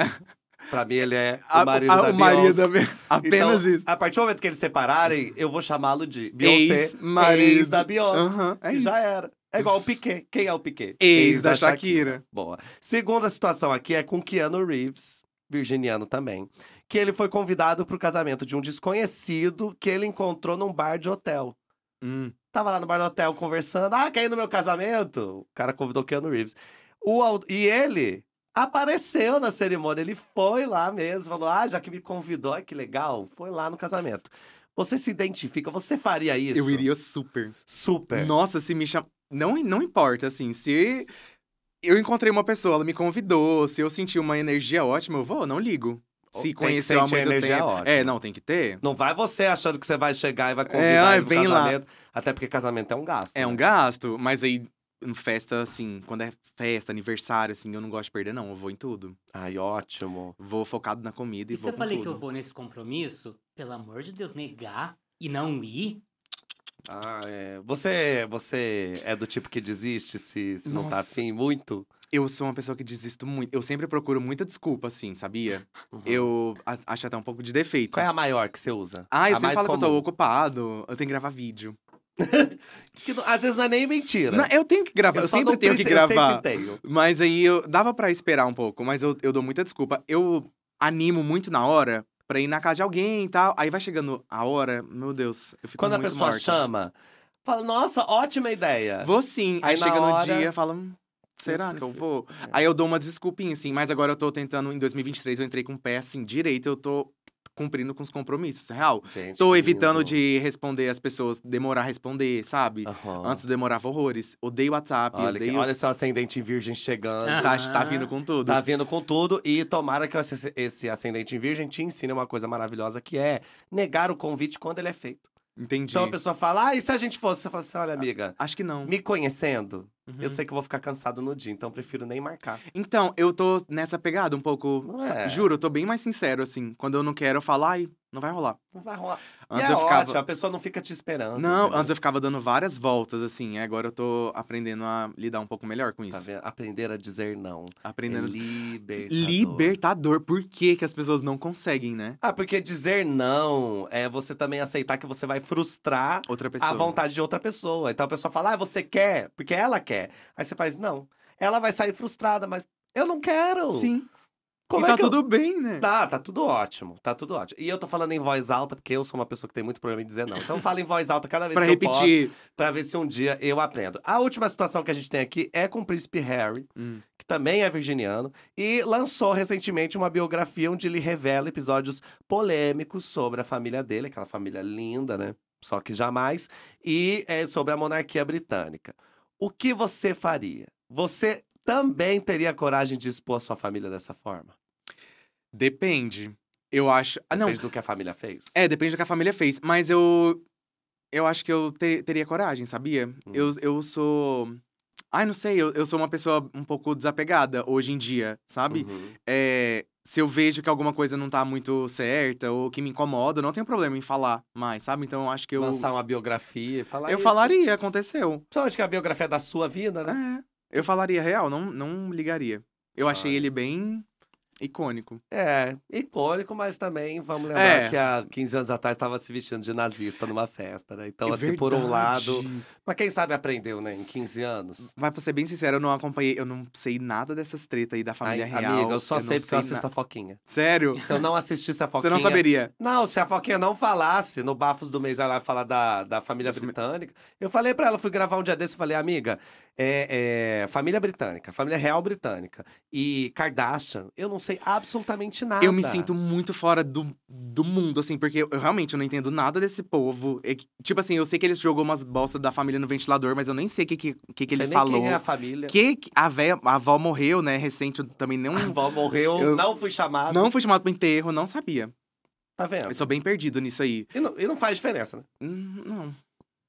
pra mim, ele é
A-
o marido da
a- o marido
Beyoncé.
da Be- Apenas
Então,
isso.
A partir do momento que eles separarem, eu vou chamá-lo de Beyoncé, ex,
Ex-marido.
da Beyoncé.
Aham, é
e
isso.
já era. É igual o Piquet. Quem é o Piquet?
Ex da Shakira.
Boa. Segunda situação aqui é com Keanu Reeves, virginiano também, que ele foi convidado para o casamento de um desconhecido que ele encontrou num bar de hotel.
Hum,
Tava lá no bar do hotel conversando. Ah, quer ir no meu casamento? O cara convidou o Keanu Reeves. O, au- e ele apareceu na cerimônia, ele foi lá mesmo, falou: Ah, já que me convidou, ai, que legal, foi lá no casamento. Você se identifica, você faria isso?
eu iria super.
Super.
Nossa, se me chama. Não, não importa, assim, se eu encontrei uma pessoa, ela me convidou, se eu senti uma energia ótima, eu vou, não ligo.
Tem
Se
que
conheceu há
sentir
muito
energia
tempo.
ótima.
É, não, tem que ter.
Não vai você achando que você vai chegar e vai convidar
É, ai,
ele pro
vem lá.
casamento. Até porque casamento é um gasto.
É um
né?
gasto, mas aí, em festa, assim, quando é festa, aniversário, assim, eu não gosto de perder, não. Eu vou em tudo.
Ai, ótimo.
Vou focado na comida e,
E se
vou
eu
com
falei que
tudo.
eu vou nesse compromisso, pelo amor de Deus, negar e não ir?
Ah, é. Você, você é do tipo que desiste se, se não tá
Uhum. Nossa.
assim muito?
Eu sou uma pessoa que desisto muito. Eu sempre procuro muita desculpa, assim, sabia?
Uhum.
Eu a- acho até um pouco de defeito.
Qual é a maior que você usa?
Ah, eu
a
sempre
mais
falo que eu tô
comum?
ocupado, eu tenho que gravar vídeo.
Que não- às vezes não é nem mentira.
Não, eu tenho que gravar, eu,
só
sempre
não
tenho que
preciso- eu
gravar.
sempre tenho.
Mas aí eu dava pra esperar um pouco, mas eu, eu dou muita desculpa. Eu animo muito na hora pra ir na casa de alguém e tal. Aí vai chegando a hora, meu Deus, eu fico
Quando a
muito
pessoa
morta.
chama, Fala, nossa, ótima ideia.
Vou sim.
Aí
Aí,
na
chega no
hora- É.
dia e fala. "Hum, Será que eu vou? Aí eu dou uma desculpinha, assim, mas agora eu tô tentando. Em 2023 eu entrei com o pé assim direito, eu tô cumprindo com os compromissos, é real.
Gente,
Tô
que
evitando
lindo.
de responder as pessoas, demorar a responder, sabe?
Aham.
Antes demorava horrores. Odeio WhatsApp,
Olha, que-
odeio.
olha seu ascendente em virgem chegando.
Ah.
Tá, tá vindo com um tudo.
Tá vindo com tudo e tomara que esse, esse ascendente em virgem te ensine uma coisa maravilhosa que é negar o convite quando ele é feito.
Entendi.
Então a pessoa fala, ah, e se a gente fosse? Você fala assim, olha amiga,
Acho que não.
me conhecendo,
Uhum.
eu sei que eu vou ficar cansado no dia, então prefiro nem marcar.
Então, eu tô nessa pegada um pouco.
Não
sa-
é?
Juro, eu tô bem mais sincero, assim. Quando eu não quero, eu falo, ai, não vai rolar.
Não vai rolar.
Antes
e é
eu ficava.
ótimo, a pessoa não fica te esperando.
Não,
entendeu?
antes eu ficava dando várias voltas, assim. e Agora eu tô aprendendo a lidar um pouco melhor com
Tá
isso.
vendo? Aprender a dizer não.
aprendendo.
É libertador.
Libertador. Por que, que as pessoas não conseguem, né?
Ah, porque dizer não é você também aceitar que você vai frustrar
Outra pessoa.
a vontade de outra pessoa. Então a pessoa fala, ah, você quer, porque ela quer. Aí você faz, não. Ela vai sair frustrada, mas eu não quero.
Sim.
é Como
e
é
tá
que eu-
tudo bem, né?
Tá, tá tudo ótimo, tá tudo ótimo. E eu tô falando em voz alta, porque eu sou uma pessoa que tem muito problema em dizer não. Então fala em voz alta cada vez
Pra
que eu posso,
repetir.
pra ver se um dia eu aprendo. A última situação que a gente tem aqui é com o príncipe Harry,
Hum.
que também é virginiano, e lançou recentemente uma biografia onde ele revela episódios polêmicos sobre a família dele, aquela família linda, né? Só que jamais, e é, sobre a monarquia britânica. O que você faria? Você também teria coragem de expor a sua família dessa forma?
Depende. Eu acho. Ah, não.
Depende do que a família fez?
É, depende do que a família fez. Mas eu. Eu acho que eu te- teria coragem, sabia?
Hum.
Eu, eu sou. Ai, não sei, eu, eu sou uma pessoa um pouco desapegada hoje em dia, sabe?
Uhum.
É, se eu vejo que alguma coisa não tá muito certa ou que me incomoda, eu não tenho problema em falar mais, sabe? Então eu acho que eu.
Lançar uma biografia e falar
eu
isso.
falaria, aconteceu.
Só onde que a biografia é da sua vida, né?
É. Eu falaria real, não, não ligaria. Eu achei
Olha.
ele bem icônico.
É, icônico, mas também vamos lembrar
É.
que há 15 anos atrás estava se vestindo de nazista numa festa, né? Então,
É
assim, por um lado.
verdade.
Mas quem sabe aprendeu, né? Em 15 anos.
Mas pra ser bem sincero, eu não acompanhei, eu não sei nada dessas tretas aí da família
Ai,
real.
amiga, eu só
não
sei porque eu
na-
assisto a Foquinha.
Sério?
Se eu não assistisse a
Você
Foquinha.
não saberia.
Não, se a Foquinha não falasse no Bafos do Mês, ela ia falar da, da família britânica. Eu falei pra ela, fui gravar um dia desse, falei, amiga, é, é, família britânica, família real britânica e Kardashian, eu não sei absolutamente nada.
Eu me sinto muito fora do, do mundo, assim, porque eu, eu realmente não entendo nada desse povo. É que- tipo assim, eu sei que ele jogou umas bolsas da família no ventilador, mas eu nem sei o que, que, que, que
Sei
ele
nem
falou.
Quem é a família?
Que, que- a, véia, a avó morreu, né? Recente, eu também não.
A vó morreu,
Eu-
não fui chamado.
Não fui chamado pro enterro, não sabia.
Tá vendo?
Eu sou bem perdido nisso aí.
E não, e não faz diferença, né?
Hum, Não.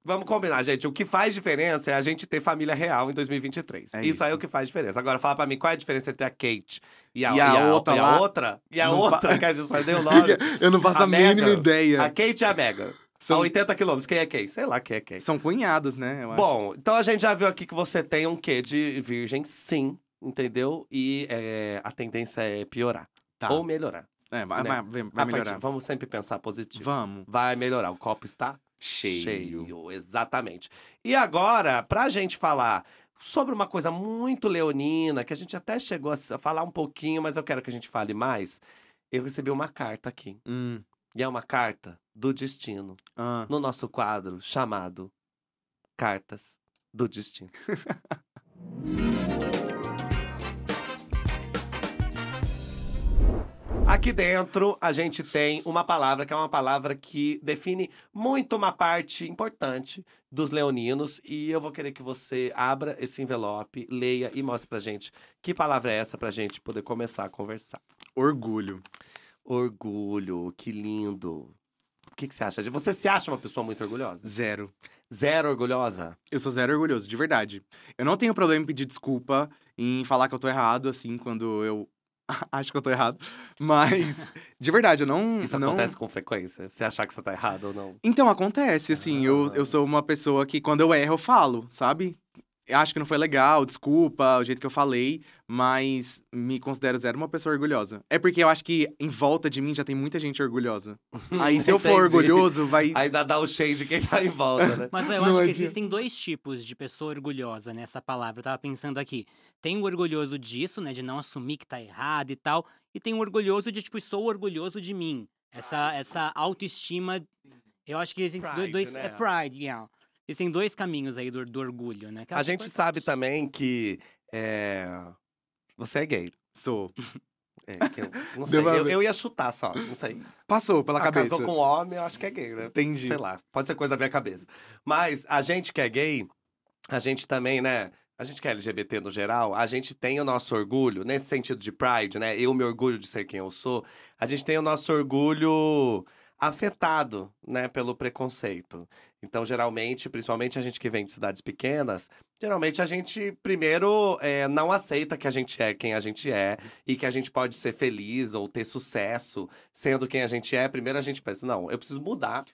Vamos combinar, gente. O que faz diferença é a gente ter família real em 2023.
É
isso, aí é
isso.
o que faz diferença. Agora, fala pra mim, qual é a diferença entre a Kate e a,
E a outra
E a
lá?
outra? E a
Não fa-
outra, que a gente só deu o nome.
Eu não faço
A
a, mínima
Meghan.
ideia.
A Kate e a Megan. A
É. São,
80 quilômetros. Quem é quem? Sei lá quem é quem.
são cunhadas, né? eu acho.
Bom, então a gente já viu aqui que você tem um quê de virgem, sim. Entendeu? E é, a tendência é piorar.
tá.
Ou melhorar.
É, vai,
né?
vai- vai
A partir-
melhorar.
Vamos sempre pensar positivo.
Vamos.
Vai melhorar. O copo está
Cheio.
exatamente. E agora, pra gente falar sobre uma coisa muito leonina, que a gente até chegou a s- a falar um pouquinho, mas eu quero que a gente fale mais. Eu recebi uma carta aqui.
Hum,
E é uma carta do destino.
ah.
No nosso quadro chamado Cartas do Destino. Aqui dentro a gente tem uma palavra que é uma palavra que define muito uma parte importante dos leoninos e eu vou querer que você abra esse envelope, leia e mostre pra gente que palavra é essa pra gente poder começar a conversar.
Orgulho.
Orgulho, que lindo. O que, que você acha? Você se acha uma pessoa muito orgulhosa?
Zero.
Zero orgulhosa?
Eu sou zero orgulhoso, de verdade. Eu não tenho problema em pedir desculpa, em falar que eu tô errado, assim, quando eu acho que eu tô errado. Mas, de verdade, eu não.
Isso
não...
acontece com frequência? Você achar que você tá errado ou não?
Então, acontece, assim. Eu,
Ah.
eu sou uma pessoa que, quando eu erro, eu falo, sabe? Eu acho que não foi legal, desculpa, o jeito que eu falei, mas me considero zero uma pessoa orgulhosa. É porque eu acho que em volta de mim já tem muita gente orgulhosa. Aí, se eu for
Entendi.
orgulhoso, vai.
Ainda dá o shade de quem tá em volta, né?
Mas eu
Não
acho que
adianta.
existem dois tipos de pessoa orgulhosa nessa palavra. Eu tava pensando aqui. Tem o orgulhoso disso, né? De não assumir que tá errado e tal. E tem o orgulhoso de, tipo, sou orgulhoso de mim. Essa, essa autoestima. Eu acho que existem do-
né? Pride,
dois.
né?
É pride, yeah. Existem dois caminhos aí do, do orgulho, né? Que é
A
uma
gente
coisa-
sabe também que é, você é gay.
Sou.
É, que eu, não sei,
uma-
eu, eu ia chutar só, não sei.
Passou pela
Ah,
cabeça.
Casou com homem, eu acho que é gay, né?
Entendi.
Sei lá, pode ser coisa da minha cabeça. Mas a gente que é gay, a gente também, né? A gente que é LGBT no geral, a gente tem o nosso orgulho, nesse sentido de pride, né? Eu me orgulho de ser quem eu sou. A gente tem o nosso orgulho afetado, né, pelo preconceito. Então, geralmente, principalmente a gente que vem de cidades pequenas, geralmente a gente primeiro é, não aceita que a gente é quem a gente é e que a gente pode ser feliz ou ter sucesso sendo quem a gente é. Primeiro a gente pensa, não, eu preciso mudar.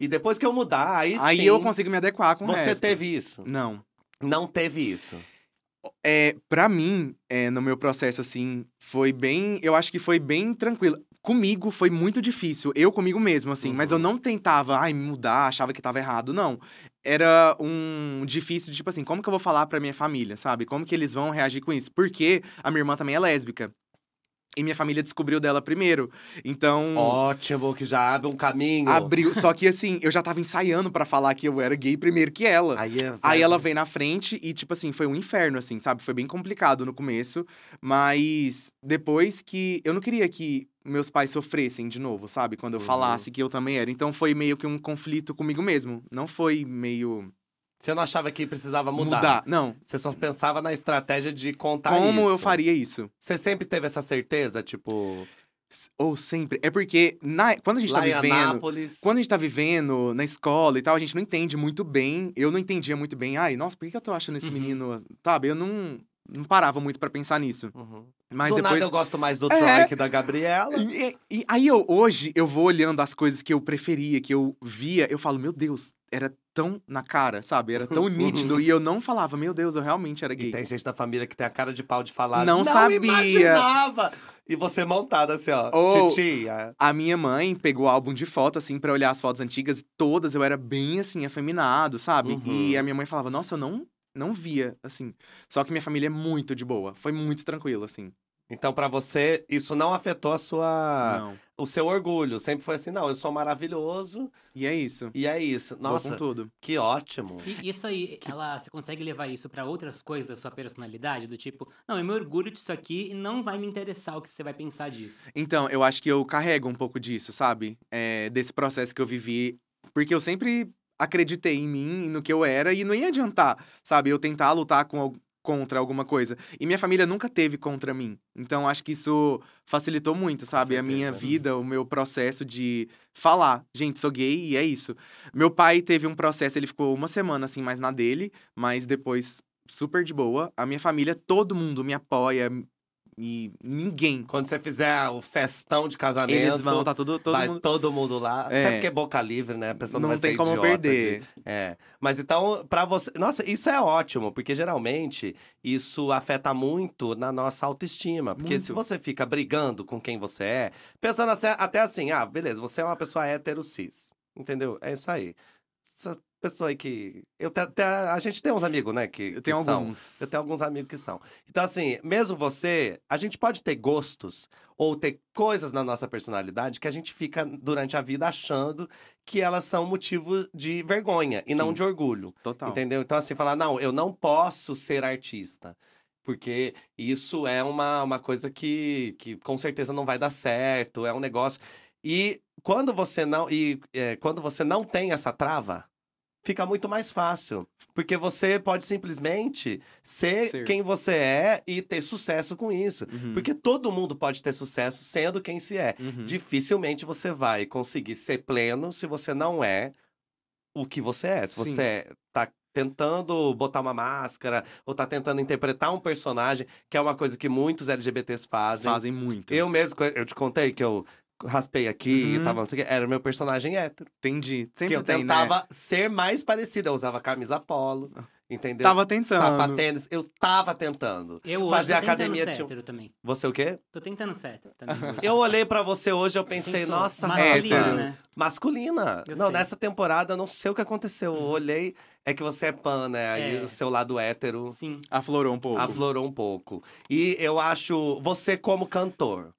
E depois que eu mudar, aí,
Aí
sim,
eu consigo me adequar com o
você
resto.
teve isso.
Não.
Não teve isso.
É, pra mim, é, no meu processo, assim, foi bem. Eu acho que foi bem tranquilo. Comigo foi muito difícil. Eu comigo mesmo, assim. Mas eu
Uhum.
não tentava, ai, mudar, achava que tava errado. Não. Era um difícil, de, tipo assim, como que eu vou falar pra minha família, sabe? Como que eles vão reagir com isso? Porque a minha irmã também é lésbica. E minha família descobriu dela primeiro. Então.
Ótimo, que já abre um caminho.
Abriu. Só que assim, eu já tava ensaiando pra falar que eu era gay primeiro que ela.
Aí, é-
Aí ela veio na frente e, tipo assim, foi um inferno, assim, sabe? Foi bem complicado no começo, mas depois que. Eu não queria que meus pais sofressem de novo, sabe? Quando eu
Uhum.
falasse que eu também era. Então foi meio que um conflito comigo mesmo. Não foi meio.
Você não achava que precisava mudar.
Não.
Você só pensava na estratégia de contar
Como
isso.
eu faria isso?
Você sempre teve essa certeza, tipo,
S- Ou sempre. É porque na... quando a gente
lá
tá
em
vivendo.
Anápolis.
Quando a gente tá vivendo na escola e tal, a gente não entende muito bem. Eu não entendia muito bem. Ai, nossa, por que que eu tô achando esse
Uhum.
menino. Sabe? Eu não, não parava muito pra pensar nisso.
Uhum.
Mas
do
depois.
nada eu gosto mais do
É.
Troy que da Gabriela.
E, e- e aí eu, hoje eu vou olhando as coisas que eu preferia, que eu via, eu falo, meu Deus, era tão na cara, sabe? Era tão nítido. e eu não falava, meu Deus, eu realmente era
E
gay.
tem gente da família que tem a cara de pau de falar.
Não sabia."
imaginava. E você montada assim, ó.
Ou-
Titia.
A minha mãe pegou o álbum de foto, assim, pra olhar as fotos antigas, e todas eu era bem assim, afeminado, sabe?
Uhum.
E a minha mãe falava, nossa, eu não. Não via, assim. Só que minha família é muito de boa. Foi muito tranquilo, assim.
Então, pra você, isso não afetou a sua...
Não.
o seu orgulho. Sempre foi assim, não, eu sou maravilhoso
E é isso.
e é isso.
Vou
Nossa,
com tudo.
que ótimo.
E isso aí, ela, você consegue levar isso pra outras coisas da sua personalidade? Do tipo, não, eu me orgulho disso aqui e não vai me interessar o que você vai pensar disso.
Então, eu acho que eu carrego um pouco disso, sabe? É, desse processo que eu vivi. Porque eu sempre acreditei em mim e no que eu era e não ia adiantar, sabe? Eu tentar lutar com, al- contra alguma coisa. E minha família nunca teve contra mim. Então, acho que isso facilitou muito, sabe? A minha
certeza.
vida, o meu processo de falar, gente, sou gay e é isso. Meu pai teve um processo, ele ficou uma semana assim, mais na dele, mas depois super de boa. A minha família, todo mundo me apoia e ninguém
Quando você fizer o festão de casamento,
eles vão, tá tudo, todo
vai
mundo...
todo mundo lá.
É.
Até porque é boca livre, né? A pessoa não,
Não
vai
tem
ser
como
idiota de-
perder.
É. Mas então, pra você. Nossa, isso é ótimo, porque geralmente isso afeta muito na nossa autoestima. Porque se
Muito.
você fica brigando com quem você é, pensando assim- até assim, ah, beleza, você é uma pessoa hétero cis. Entendeu? É isso aí. Essa pessoa aí que. Eu te- até, a gente tem uns amigos, né? Que,
Eu
que
tenho
são.
alguns.
Eu tenho alguns amigos que são. Então, assim, mesmo você, a gente pode ter gostos ou ter coisas na nossa personalidade que a gente fica durante a vida achando que elas são motivo de vergonha e não
Sim.
de orgulho.
Total.
Entendeu? Então, assim, falar, não, eu não posso ser artista. Porque isso é uma, uma coisa que, que com certeza não vai dar certo, é um negócio. E quando você não. E é, quando você não tem essa trava, fica muito mais fácil. Porque você pode simplesmente ser, Hum.
Ser.
quem você é e ter sucesso com isso.
Uhum.
Porque todo mundo pode ter sucesso sendo quem se é.
Uhum.
Dificilmente você vai conseguir ser pleno se você não é o que você é. Se
Sim.
você é- tá tentando botar uma máscara ou tá tentando interpretar um personagem, que é uma coisa que muitos LGBTs fazem.
Fazem muito.
Eu mesmo, co- eu te contei que eu raspei aqui e
Uhum.
tava não sei o que, era meu personagem hétero.
Entendi. Sempre
que eu
tem,
tentava
né? Ah,
ser mais parecido. Eu usava camisa polo, entendeu?
né? Tava tentando.
Sapatênis, eu tava tentando.
Eu hoje
Fazer
tô tentando
academia
ser
tinha um-
hétero também.
Você o quê?
Tô tentando tá ser hétero também.
Tá.
hoje.
Eu olhei pra você hoje, eu
Quem
pensei,
sou?
nossa,
Masculino,
Rafa,
hétero.
né?
Masculina.
Eu
não,
sei.
nessa temporada, eu não sei o que aconteceu. Eu
Uhum.
olhei, é que você é pan, né? Aí
É.
o seu lado hétero
Sim.
Aflorou um pouco.
aflorou um pouco. E eu acho, você como cantor,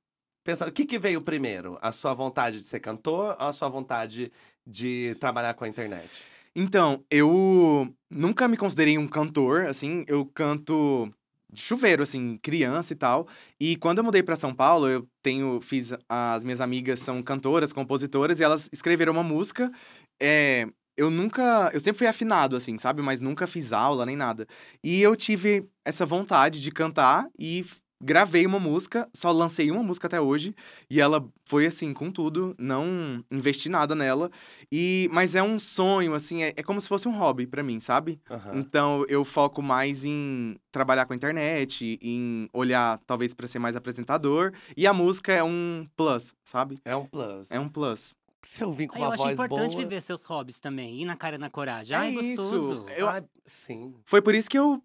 pensando, o que, que veio primeiro? A sua vontade de ser cantor ou a sua vontade de trabalhar com a internet?
Então, eu nunca me considerei um cantor, assim, eu canto de chuveiro, assim, criança e tal. E quando eu mudei pra São Paulo, eu tenho, fiz, as minhas amigas são cantoras, compositoras, e elas escreveram uma música. É, eu nunca, eu sempre fui afinado, assim, sabe? Mas nunca fiz aula nem nada. E eu tive essa vontade de cantar e f- gravei uma música, só lancei uma música até hoje. E ela foi assim, com tudo, não investi nada nela. E, mas é um sonho, assim, é, é como se fosse um hobby pra mim, sabe?
Aham.
Então eu foco mais em trabalhar com a internet, em olhar talvez pra ser mais apresentador, e a música é um plus, sabe?
É um plus.
É um plus.
Se eu vim com
Aí eu
uma
acho
voz
importante
boa...
viver seus hobbies também. Ir na cara e na coragem.
É
Ai,
isso.
gostoso.
Eu-
Ah, sim.
Foi por isso que eu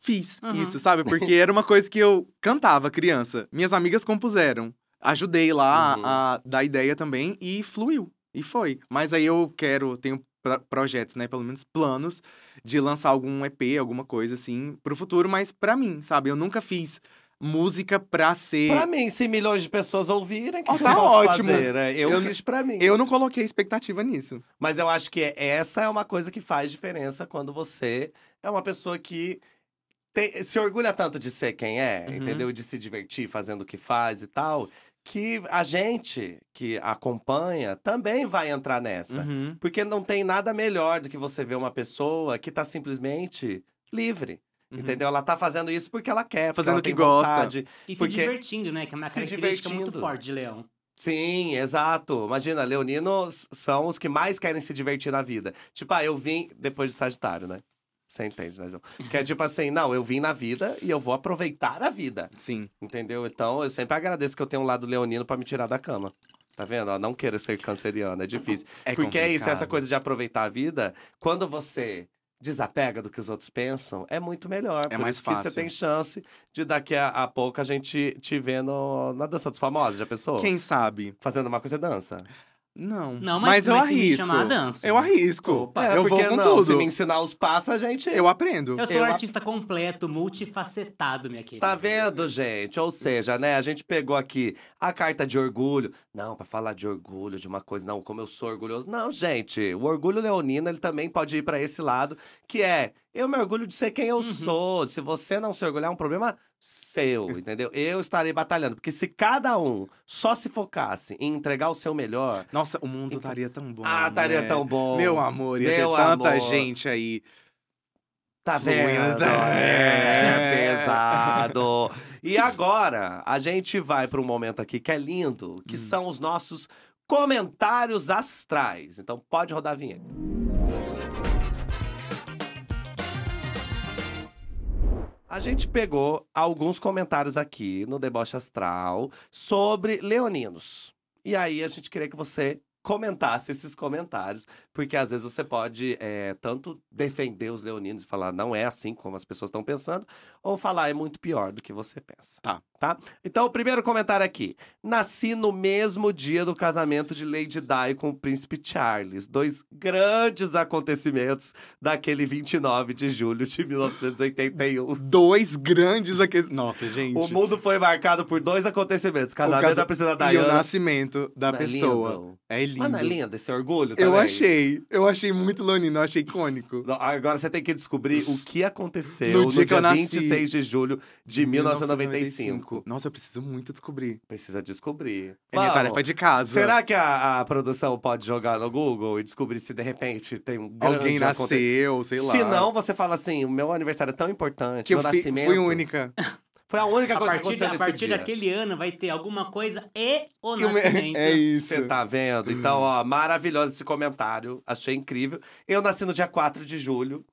fiz
Uhum.
isso, sabe? Porque era uma coisa que eu cantava criança. Minhas amigas compuseram. Ajudei lá
Uhum.
a dar ideia também e fluiu. E foi. Mas aí eu quero, tenho pra- projetos, né? Pelo menos planos de lançar algum EP, alguma coisa assim, pro futuro, mas pra mim, sabe? Eu nunca fiz música pra ser.
Pra mim, se milhões de pessoas ouvirem, que
Ó,
eu
tá
posso
ótimo.
fazer? É, Eu,
Eu-
fiz pra mim.
Eu não coloquei expectativa nisso.
Mas eu acho que é- essa é uma coisa que faz diferença quando você é uma pessoa que tem- se orgulha tanto de ser quem é,
Uhum.
entendeu? De se divertir fazendo o que faz e tal, que a gente que acompanha também vai entrar nessa.
Uhum.
Porque não tem nada melhor do que você ver uma pessoa que tá simplesmente livre.
Uhum.
Entendeu? Ela tá fazendo isso porque ela quer, porque
Fazendo
ela
o que
tem
gosta.
vontade.
E
Porque-
se divertindo, né? Que é uma
Se
característica muito
divertindo.
forte de leão.
Sim, exato. Imagina, leoninos são os que mais querem se divertir na vida. Tipo, ah, eu vim depois de Sagitário, né? Você entende, né, João? Que é tipo assim, não, eu vim na vida e eu vou aproveitar a vida,
Sim.
entendeu? Então, eu sempre agradeço que eu tenho um lado leonino pra me tirar da cama. Tá vendo? Ó, não quero ser canceriano, é difícil.
É
Porque é isso, essa
complicado.
coisa de aproveitar a vida, quando você desapega do que os outros pensam, é muito melhor.
É
Por
mais
isso que
fácil.
você tem chance de daqui a, a pouco a gente te ver no- na dança dos famosos, já pensou?
Quem sabe?
Fazendo uma coisa é dança.
Não.
Não, mas,
eu
mas se me
arrisco.
chamar, danço.
Eu arrisco.
Opa.
É,
eu vou
porque
com
não, se
tudo.
me ensinar os passos, a gente.
Eu aprendo.
Eu sou
Eu
um
a-
artista completo, multifacetado, minha querida.
Tá vendo, gente? Ou seja, né, a gente pegou aqui a carta de orgulho. Não, pra falar de orgulho, de uma coisa, não, como eu sou orgulhoso. Não, gente, o orgulho leonino, ele também pode ir pra esse lado, que é, eu me orgulho de ser quem eu
Uhum.
sou. Se você não se orgulhar, é um problema seu, entendeu? Eu estarei batalhando, porque se cada um só se focasse em entregar o seu melhor,
Nossa, o mundo
Então-
estaria tão bom.
ah, estaria
né?
tão bom.
Meu amor, ia
Meu
ter tanta
amor.
gente aí.
Tá
Fluindo.
vendo? É, pesado. E agora, a gente vai para um momento aqui que é lindo, que
Hum.
são os nossos comentários astrais. Então pode rodar a vinheta. A gente pegou alguns comentários aqui no Deboche Astral sobre leoninos. E aí a gente queria que você comentasse esses comentários, porque às vezes você pode é, tanto defender os leoninos e falar não é assim como as pessoas estão pensando, ou falar é muito pior do que você pensa.
Tá.
Tá? Então, o primeiro comentário aqui. Nasci no mesmo dia do casamento de Lady Di com o príncipe Charles. Dois grandes acontecimentos daquele 29 de julho de 1981.
Dois grandes aqui. Nossa, gente.
O mundo foi marcado por dois acontecimentos: casamento
casa-
da princesa
E o
Diana.
nascimento da
Não é
pessoa.
lindo?
É lindo.
Mas não é lindo esse orgulho também?
eu achei. Eu achei muito leonino, eu achei icônico.
Não, Agora você tem que descobrir o que aconteceu
No
no
dia
dia,
que eu nasci.
26 de julho de 1995.
Nossa, eu preciso muito descobrir.
Precisa descobrir.
É minha
Vamos.
tarefa de casa.
Será que a, a produção pode jogar no Google e descobrir se de repente tem um grande
Alguém
aconte-
nasceu, sei lá.
Se não, você fala assim: o meu aniversário é tão importante,
que eu
meu
fi-
nascimento.
fui única.
Foi a única
A
coisa
partir,
que aconteceu
a
nesse
partir
dia.
daquele ano vai ter alguma coisa e o
Eu me-
nascimento.
É isso.
Você tá vendo? Então, ó, maravilhoso esse comentário. Achei incrível. Eu nasci no dia 4 de julho.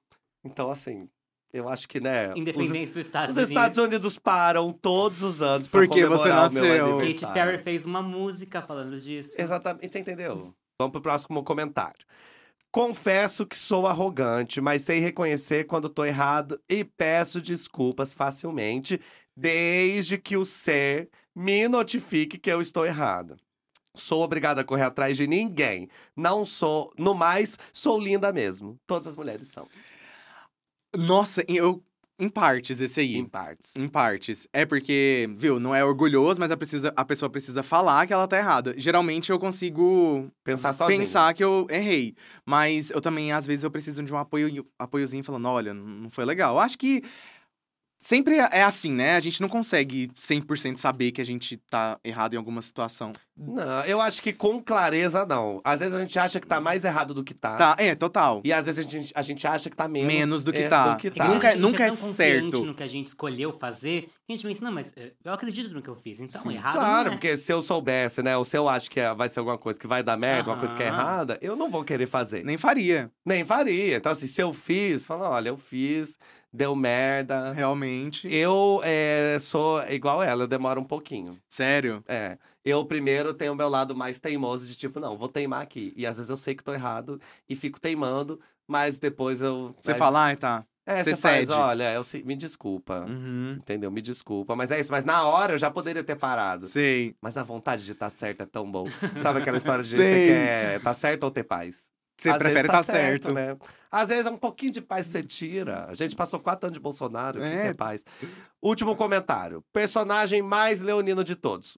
Então, assim, eu acho que, né. os-
Independente dos Estados
Os
Unidos.
Estados Unidos param todos os anos pra
Porque você
comemorar o
nasceu.
meu
Katy
aniversário.
Perry fez uma música falando disso.
Exatamente, você entendeu? Vamos pro próximo comentário. Confesso que sou arrogante, mas sei reconhecer quando tô errado e peço desculpas facilmente, desde que o ser me notifique que eu estou errado. Sou obrigada a correr atrás de ninguém. Não sou, no mais, sou linda mesmo. Todas as mulheres são.
Nossa, eu em partes esse aí.
Em partes.
Em partes. É porque, viu, não é orgulhoso, mas a, precisa, a pessoa precisa falar que ela tá errada. Geralmente eu consigo
Pensar sozinho.
pensar que eu errei. Mas eu também, às vezes, eu preciso de um apoio, apoiozinho falando, olha, não foi legal. Eu acho que sempre é assim, né? A gente não consegue 100% saber que a gente tá errado em alguma situação.
Não, eu acho que com clareza não. Às vezes a gente acha que tá mais errado do que tá.
Tá, é, total.
E às vezes a gente, a gente acha que tá menos.
Menos do que
é,
tá.
Do que
É
que
tá.
quando
Nunca-
a gente
nunca é
tão confiante
certo.
no que a gente escolheu fazer, que a gente pensa, não, mas eh, eu acredito no que eu fiz, então
Sim,
errado
Claro,
não é.
porque se eu soubesse, né? Ou se eu acho que é- vai ser alguma coisa que vai dar merda, uma coisa que é
Aham.
errada, eu não vou querer fazer. Nem,
Nem faria,
faria. Então, assim, se eu fiz, fala, olha, eu fiz, deu merda.
realmente.
Eu é, sou igual ela, eu demoro um pouquinho.
Sério.
É. Eu primeiro tenho o meu lado mais teimoso de tipo, não, vou teimar aqui. E às vezes eu sei que tô errado e fico teimando, mas depois eu.
Você
aí-
fala, ai, tá.
É,
você
você faz,
cede.
olha, eu se- me desculpa.
Uhum.
Entendeu? Me desculpa. Mas é isso, mas na hora eu já poderia ter parado.
Sei.
Mas a vontade de estar certo é tão bom. Sabe aquela história de
Sei.
você quer tá certo ou ter paz?
Você
Às
prefere
vezes
tá certo.
né? Às vezes é um pouquinho de paz que você tira. A gente passou quatro anos de Bolsonaro, o que que é
É.
paz? Último comentário. Personagem mais leonino de todos.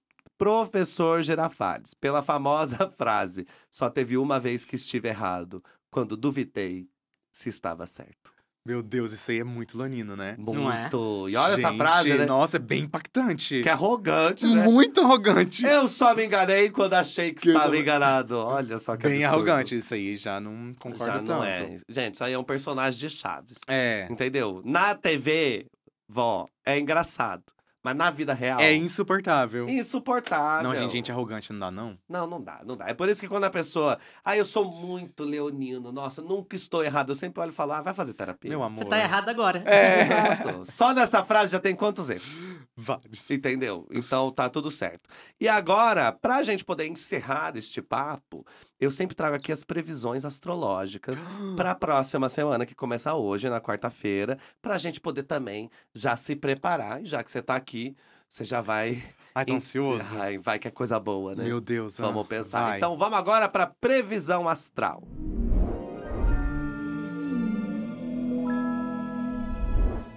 Professor Girafales, pela famosa frase: só teve uma vez que estive errado, quando duvidei se estava certo.
Meu Deus, isso aí é muito lanino, né?
Muito.
Não é?
E olha essa
Gente,
frase, né?
Nossa, é bem impactante.
Que arrogante, né?
Muito arrogante. É
Eu só me enganei quando achei que
Que eu
estava
tava-
enganado. Olha só que
É Bem
absurdo.
arrogante, isso aí já não concordo
Já não
tanto.
é. Gente, isso aí é um personagem de Chaves.
É.
Entendeu? Na TV, vó, é engraçado. Mas na vida real.
É insuportável.
Insuportável.
Não, gente, é gente arrogante não dá, não?
Não, não dá, não dá. É por isso que quando a pessoa. Ah, eu sou muito leonino, nossa, nunca estou errado. Eu sempre olho e falo, ah, vai fazer terapia.
Meu amor.
Você tá errado agora.
É.
Exato. Só nessa frase já tem quantos erros?
Vários.
Entendeu? Então tá tudo certo. E agora, pra gente poder encerrar este papo, eu sempre trago aqui as previsões astrológicas
Ah!
pra próxima semana, que começa hoje, na quarta-feira, pra gente poder também já se preparar. E já que você tá aqui, você já vai.
Ai, tô ansioso.
Ai, vai que é coisa boa, né?
Meu Deus. ah,
Vamos pensar.
vai.
Então vamos agora pra previsão astral.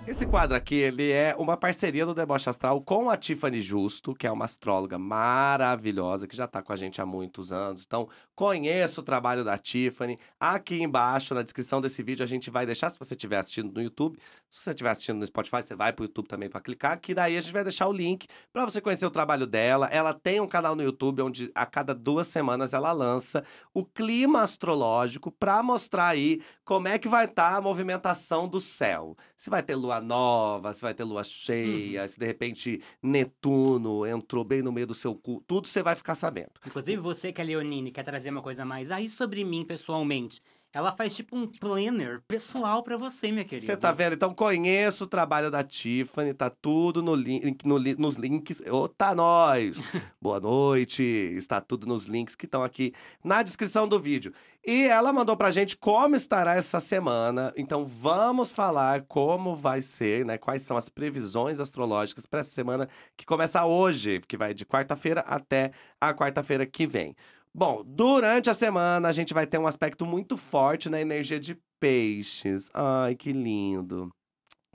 Esse quadro aqui, ele é uma parceria do Deboche Astral com a Tiffany Justo, que é uma astróloga maravilhosa, que já tá com a gente há muitos anos. Então, conheça o trabalho da Tiffany. Aqui embaixo, na descrição desse vídeo, a gente vai deixar, se você estiver assistindo no YouTube, se você estiver assistindo no Spotify, você vai pro YouTube também pra clicar, que daí a gente vai deixar o link pra você conhecer o trabalho dela. Ela tem um canal no YouTube onde a cada duas semanas ela lança o clima astrológico pra mostrar aí como é que vai estar a movimentação do céu. Se vai ter lua nova, se vai ter lua cheia, se de repente Netuno entrou bem no meio do seu cu, tudo você vai ficar sabendo.
Inclusive, você que é Leonine quer trazer uma coisa a mais aí sobre mim pessoalmente. Ela faz tipo um planner pessoal pra você, minha querida.
Você tá vendo? Então conheça o trabalho da Tiffany, tá tudo no link, no li- nos links. Ô, tá nós! Boa noite! Está tudo nos links que estão aqui na descrição do vídeo. E ela mandou pra gente como estará essa semana. Então vamos falar como vai ser, né? Quais são as previsões astrológicas para essa semana que começa hoje, que vai de quarta-feira até a quarta-feira que vem. Bom, durante a semana a gente vai ter um aspecto muito forte na energia de peixes. Ai, que lindo.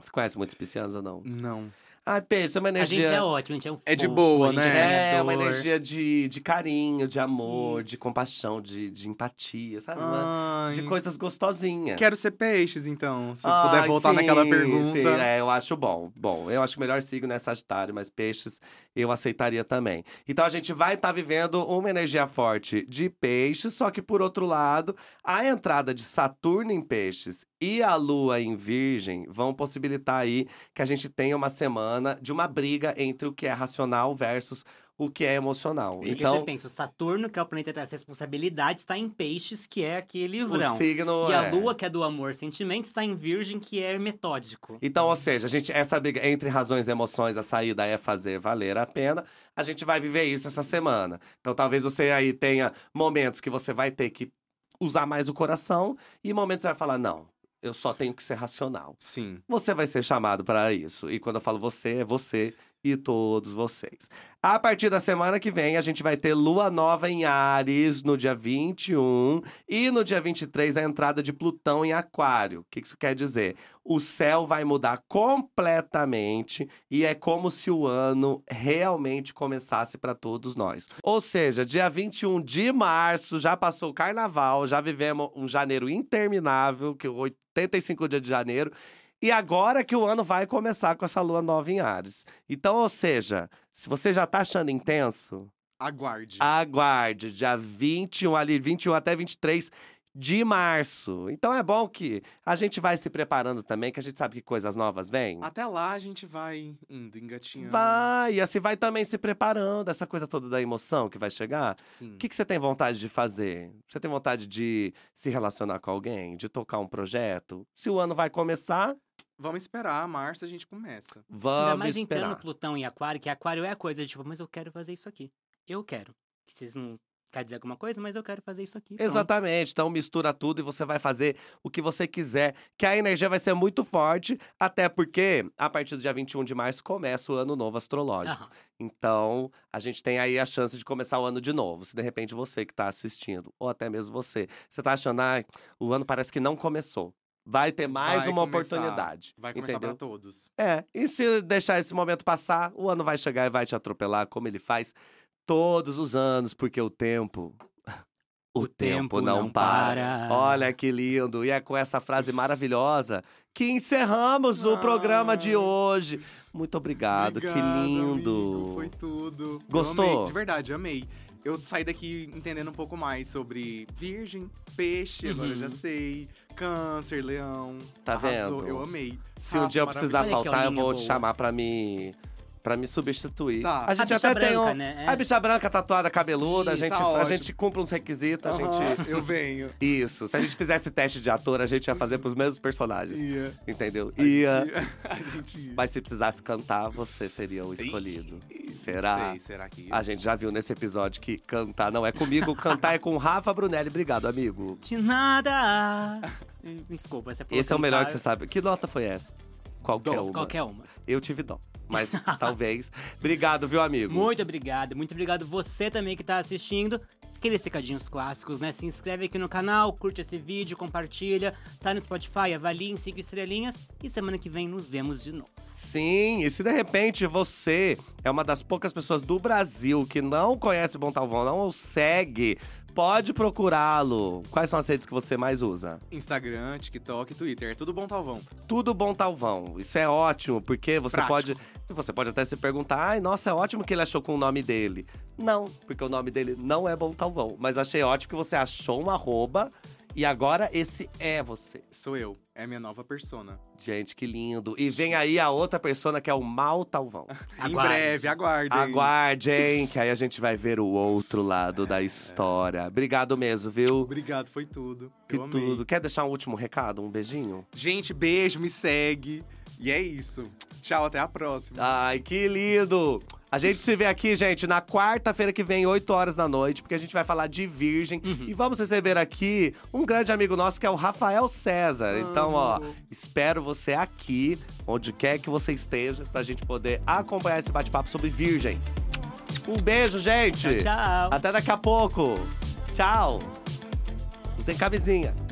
Você conhece muitos piscianos ou não?
Não.
Ai, peixe, é uma
A
energia.
gente é ótimo, a gente é um
É de
fofo,
boa,
a gente
né?
É,
sonhador.
uma energia de, de carinho, de amor, de
Isso.
compaixão, de, de empatia, sabe? Uma- tá
Ai,
né? de coisas gostosinhas.
Quero ser peixes, então. Se
Ai,
puder voltar
sim,
naquela
sim,
pergunta.
é, eu acho bom. Bom, eu acho que o melhor signo é Sagitário, mas peixes eu aceitaria também. Então a gente vai estar vivendo uma energia forte de peixes, só que por outro lado, a entrada de Saturno em peixes e a Lua em Virgem vão possibilitar aí que a gente tenha uma semana de uma briga entre o que é racional versus o que é emocional.
Porque
Então,
você pensa, o Saturno, que é o planeta das responsabilidades, está em peixes, que é aquele
o
livrão.
signo
E
é-
a lua, que é do amor sentimento, está em virgem, que é metódico.
Então, ou seja, a gente, essa briga entre razões e emoções, a saída é fazer valer a pena. A gente vai viver isso essa semana. Então, talvez você aí tenha momentos que você vai ter que usar mais o coração e momentos que você vai falar, não, eu só tenho que ser racional.
Sim.
Você vai ser chamado para isso. E quando eu falo você, é você e todos vocês. A partir da semana que vem, a gente vai ter lua nova em Ares no dia 21 e no dia 23 a entrada de Plutão em Aquário. O que isso quer dizer? O céu vai mudar completamente e é como se o ano realmente começasse para todos nós. Ou seja, dia 21 de março já passou o carnaval, já vivemos um janeiro interminável, que 85 dias de janeiro, e agora que o ano vai começar com essa lua nova em Ares. Então, ou seja, se você já tá achando intenso,
Aguarde.
Ah. aguarde dia 21 ali, 21 até 23 de março. Então é bom que a gente vai se preparando também, que a gente sabe que coisas novas vêm.
Ah,
Até lá a gente vai indo, engatinhando.
Vai, e assim vai também se preparando, essa coisa toda da emoção que vai chegar.
Sim.
O que, que você tem vontade de fazer? Você tem vontade de se relacionar com alguém? De tocar um projeto? Se o ano vai começar,
Vamos esperar, março a gente começa.
vamos
Ainda mais
esperar.
entrando Plutão em Aquário, que Aquário é a coisa, tipo, mas eu quero fazer isso aqui. Eu quero. Que vocês não quer dizer alguma coisa, mas eu quero fazer isso aqui. Pronto.
Exatamente. Então mistura tudo e você vai fazer o que você quiser, que a energia vai ser muito forte, até porque a partir do dia 21 de março começa o ano novo
Ah.
astrológico.
Aham.
Então, a gente tem aí a chance de começar o ano de novo. Se de repente você que está assistindo, ou até mesmo você, você tá achando, ai, o ano parece que não começou. Vai ter mais
Vai
uma
começar.
oportunidade.
Vai começar
entendeu?
pra todos.
É, e se deixar esse momento passar, o ano vai chegar e vai te atropelar, como ele faz todos os anos, porque o tempo. O, tempo, não, para. Olha que lindo! E é com essa frase maravilhosa que encerramos o programa de
Ai.
hoje. Muito obrigado, que
Obrigado,
lindo!
amigo, foi tudo. Eu
Gostou?
amei, de verdade, eu amei. Eu saí daqui entendendo um pouco mais sobre virgem, peixe, agora eu já
Uhum.
sei. Câncer, leão.
Tá
Arrasou,
vendo?
Eu amei.
Se um dia eu precisar
maravilhoso. Olha que
faltar, eu
aulinha
vou te
boa.
chamar pra me, pra me substituir.
Tá.
A gente
bicha
até tem
branca,
um.
né? É.
A bicha branca tatuada cabeluda, a
Isso,
gente,
tá
a
ótimo.
gente cumpre uns requisitos, a gente.
Aham, Eu venho.
Isso. Se a gente fizesse teste de ator, a gente ia fazer pros mesmos personagens.
Ia.
Entendeu?
A
Ia.
gente ia. A gente ia.
Mas se precisasse cantar, você seria o escolhido.
Ih,
Será?
Não sei, será que.
A gente já viu nesse episódio que cantar não é comigo, cantar é com o Rafa Brunelli. Obrigado, amigo.
De nada. Desculpa, essa tá
Esse é o melhor que você sabe. Que nota foi essa? Qualquer
Dó.
uma.
Qualquer uma.
Eu tive dó. Mas talvez. Obrigado, viu, amigo?
Muito obrigado, muito obrigado você também que tá assistindo. Aqueles recadinhos clássicos, né? Se inscreve aqui no canal, curte esse vídeo, compartilha. Tá no Spotify, avalia em 5 estrelinhas. E semana que vem nos vemos de novo.
Sim, e se de repente você é uma das poucas pessoas do Brasil que não conhece o Bom Talvão, não o segue, pode procurá-lo. Quais são as redes que você mais usa?
Instagram, TikTok, Twitter. É tudo bom, Talvão.
Tudo Bom Talvão. Isso é ótimo, porque você
Prático.
pode. Você pode até se perguntar, ai, nossa, é ótimo que ele achou com o nome dele. Não, porque o nome dele não é Bom Talvão. Mas eu achei ótimo que você achou um arroba e agora esse é você.
Sou eu. É minha nova persona.
Gente, que lindo. E vem aí a outra persona que é o Mal Talvão.
Aguarde.
Em breve, aguardem.
Aguardem, que aí a gente vai ver o outro lado da história. Obrigado mesmo, viu?
Obrigado, foi tudo.
Que
eu amei.
tudo. Quer deixar um último recado, um beijinho?
Gente, beijo, me segue. E é isso. Tchau, até a próxima.
Ai, que lindo! A gente se vê aqui, gente, na quarta-feira que vem, 8 horas da noite, porque a gente vai falar de virgem.
Uhum.
E vamos receber aqui um grande amigo nosso, que é o Rafael César. Então, ó,
Amo.
espero você aqui, onde quer que você esteja, pra gente poder acompanhar esse bate-papo sobre virgem. Um beijo, gente!
Tchau, tchau.
Até daqui a pouco. Tchau. Sem camisinha.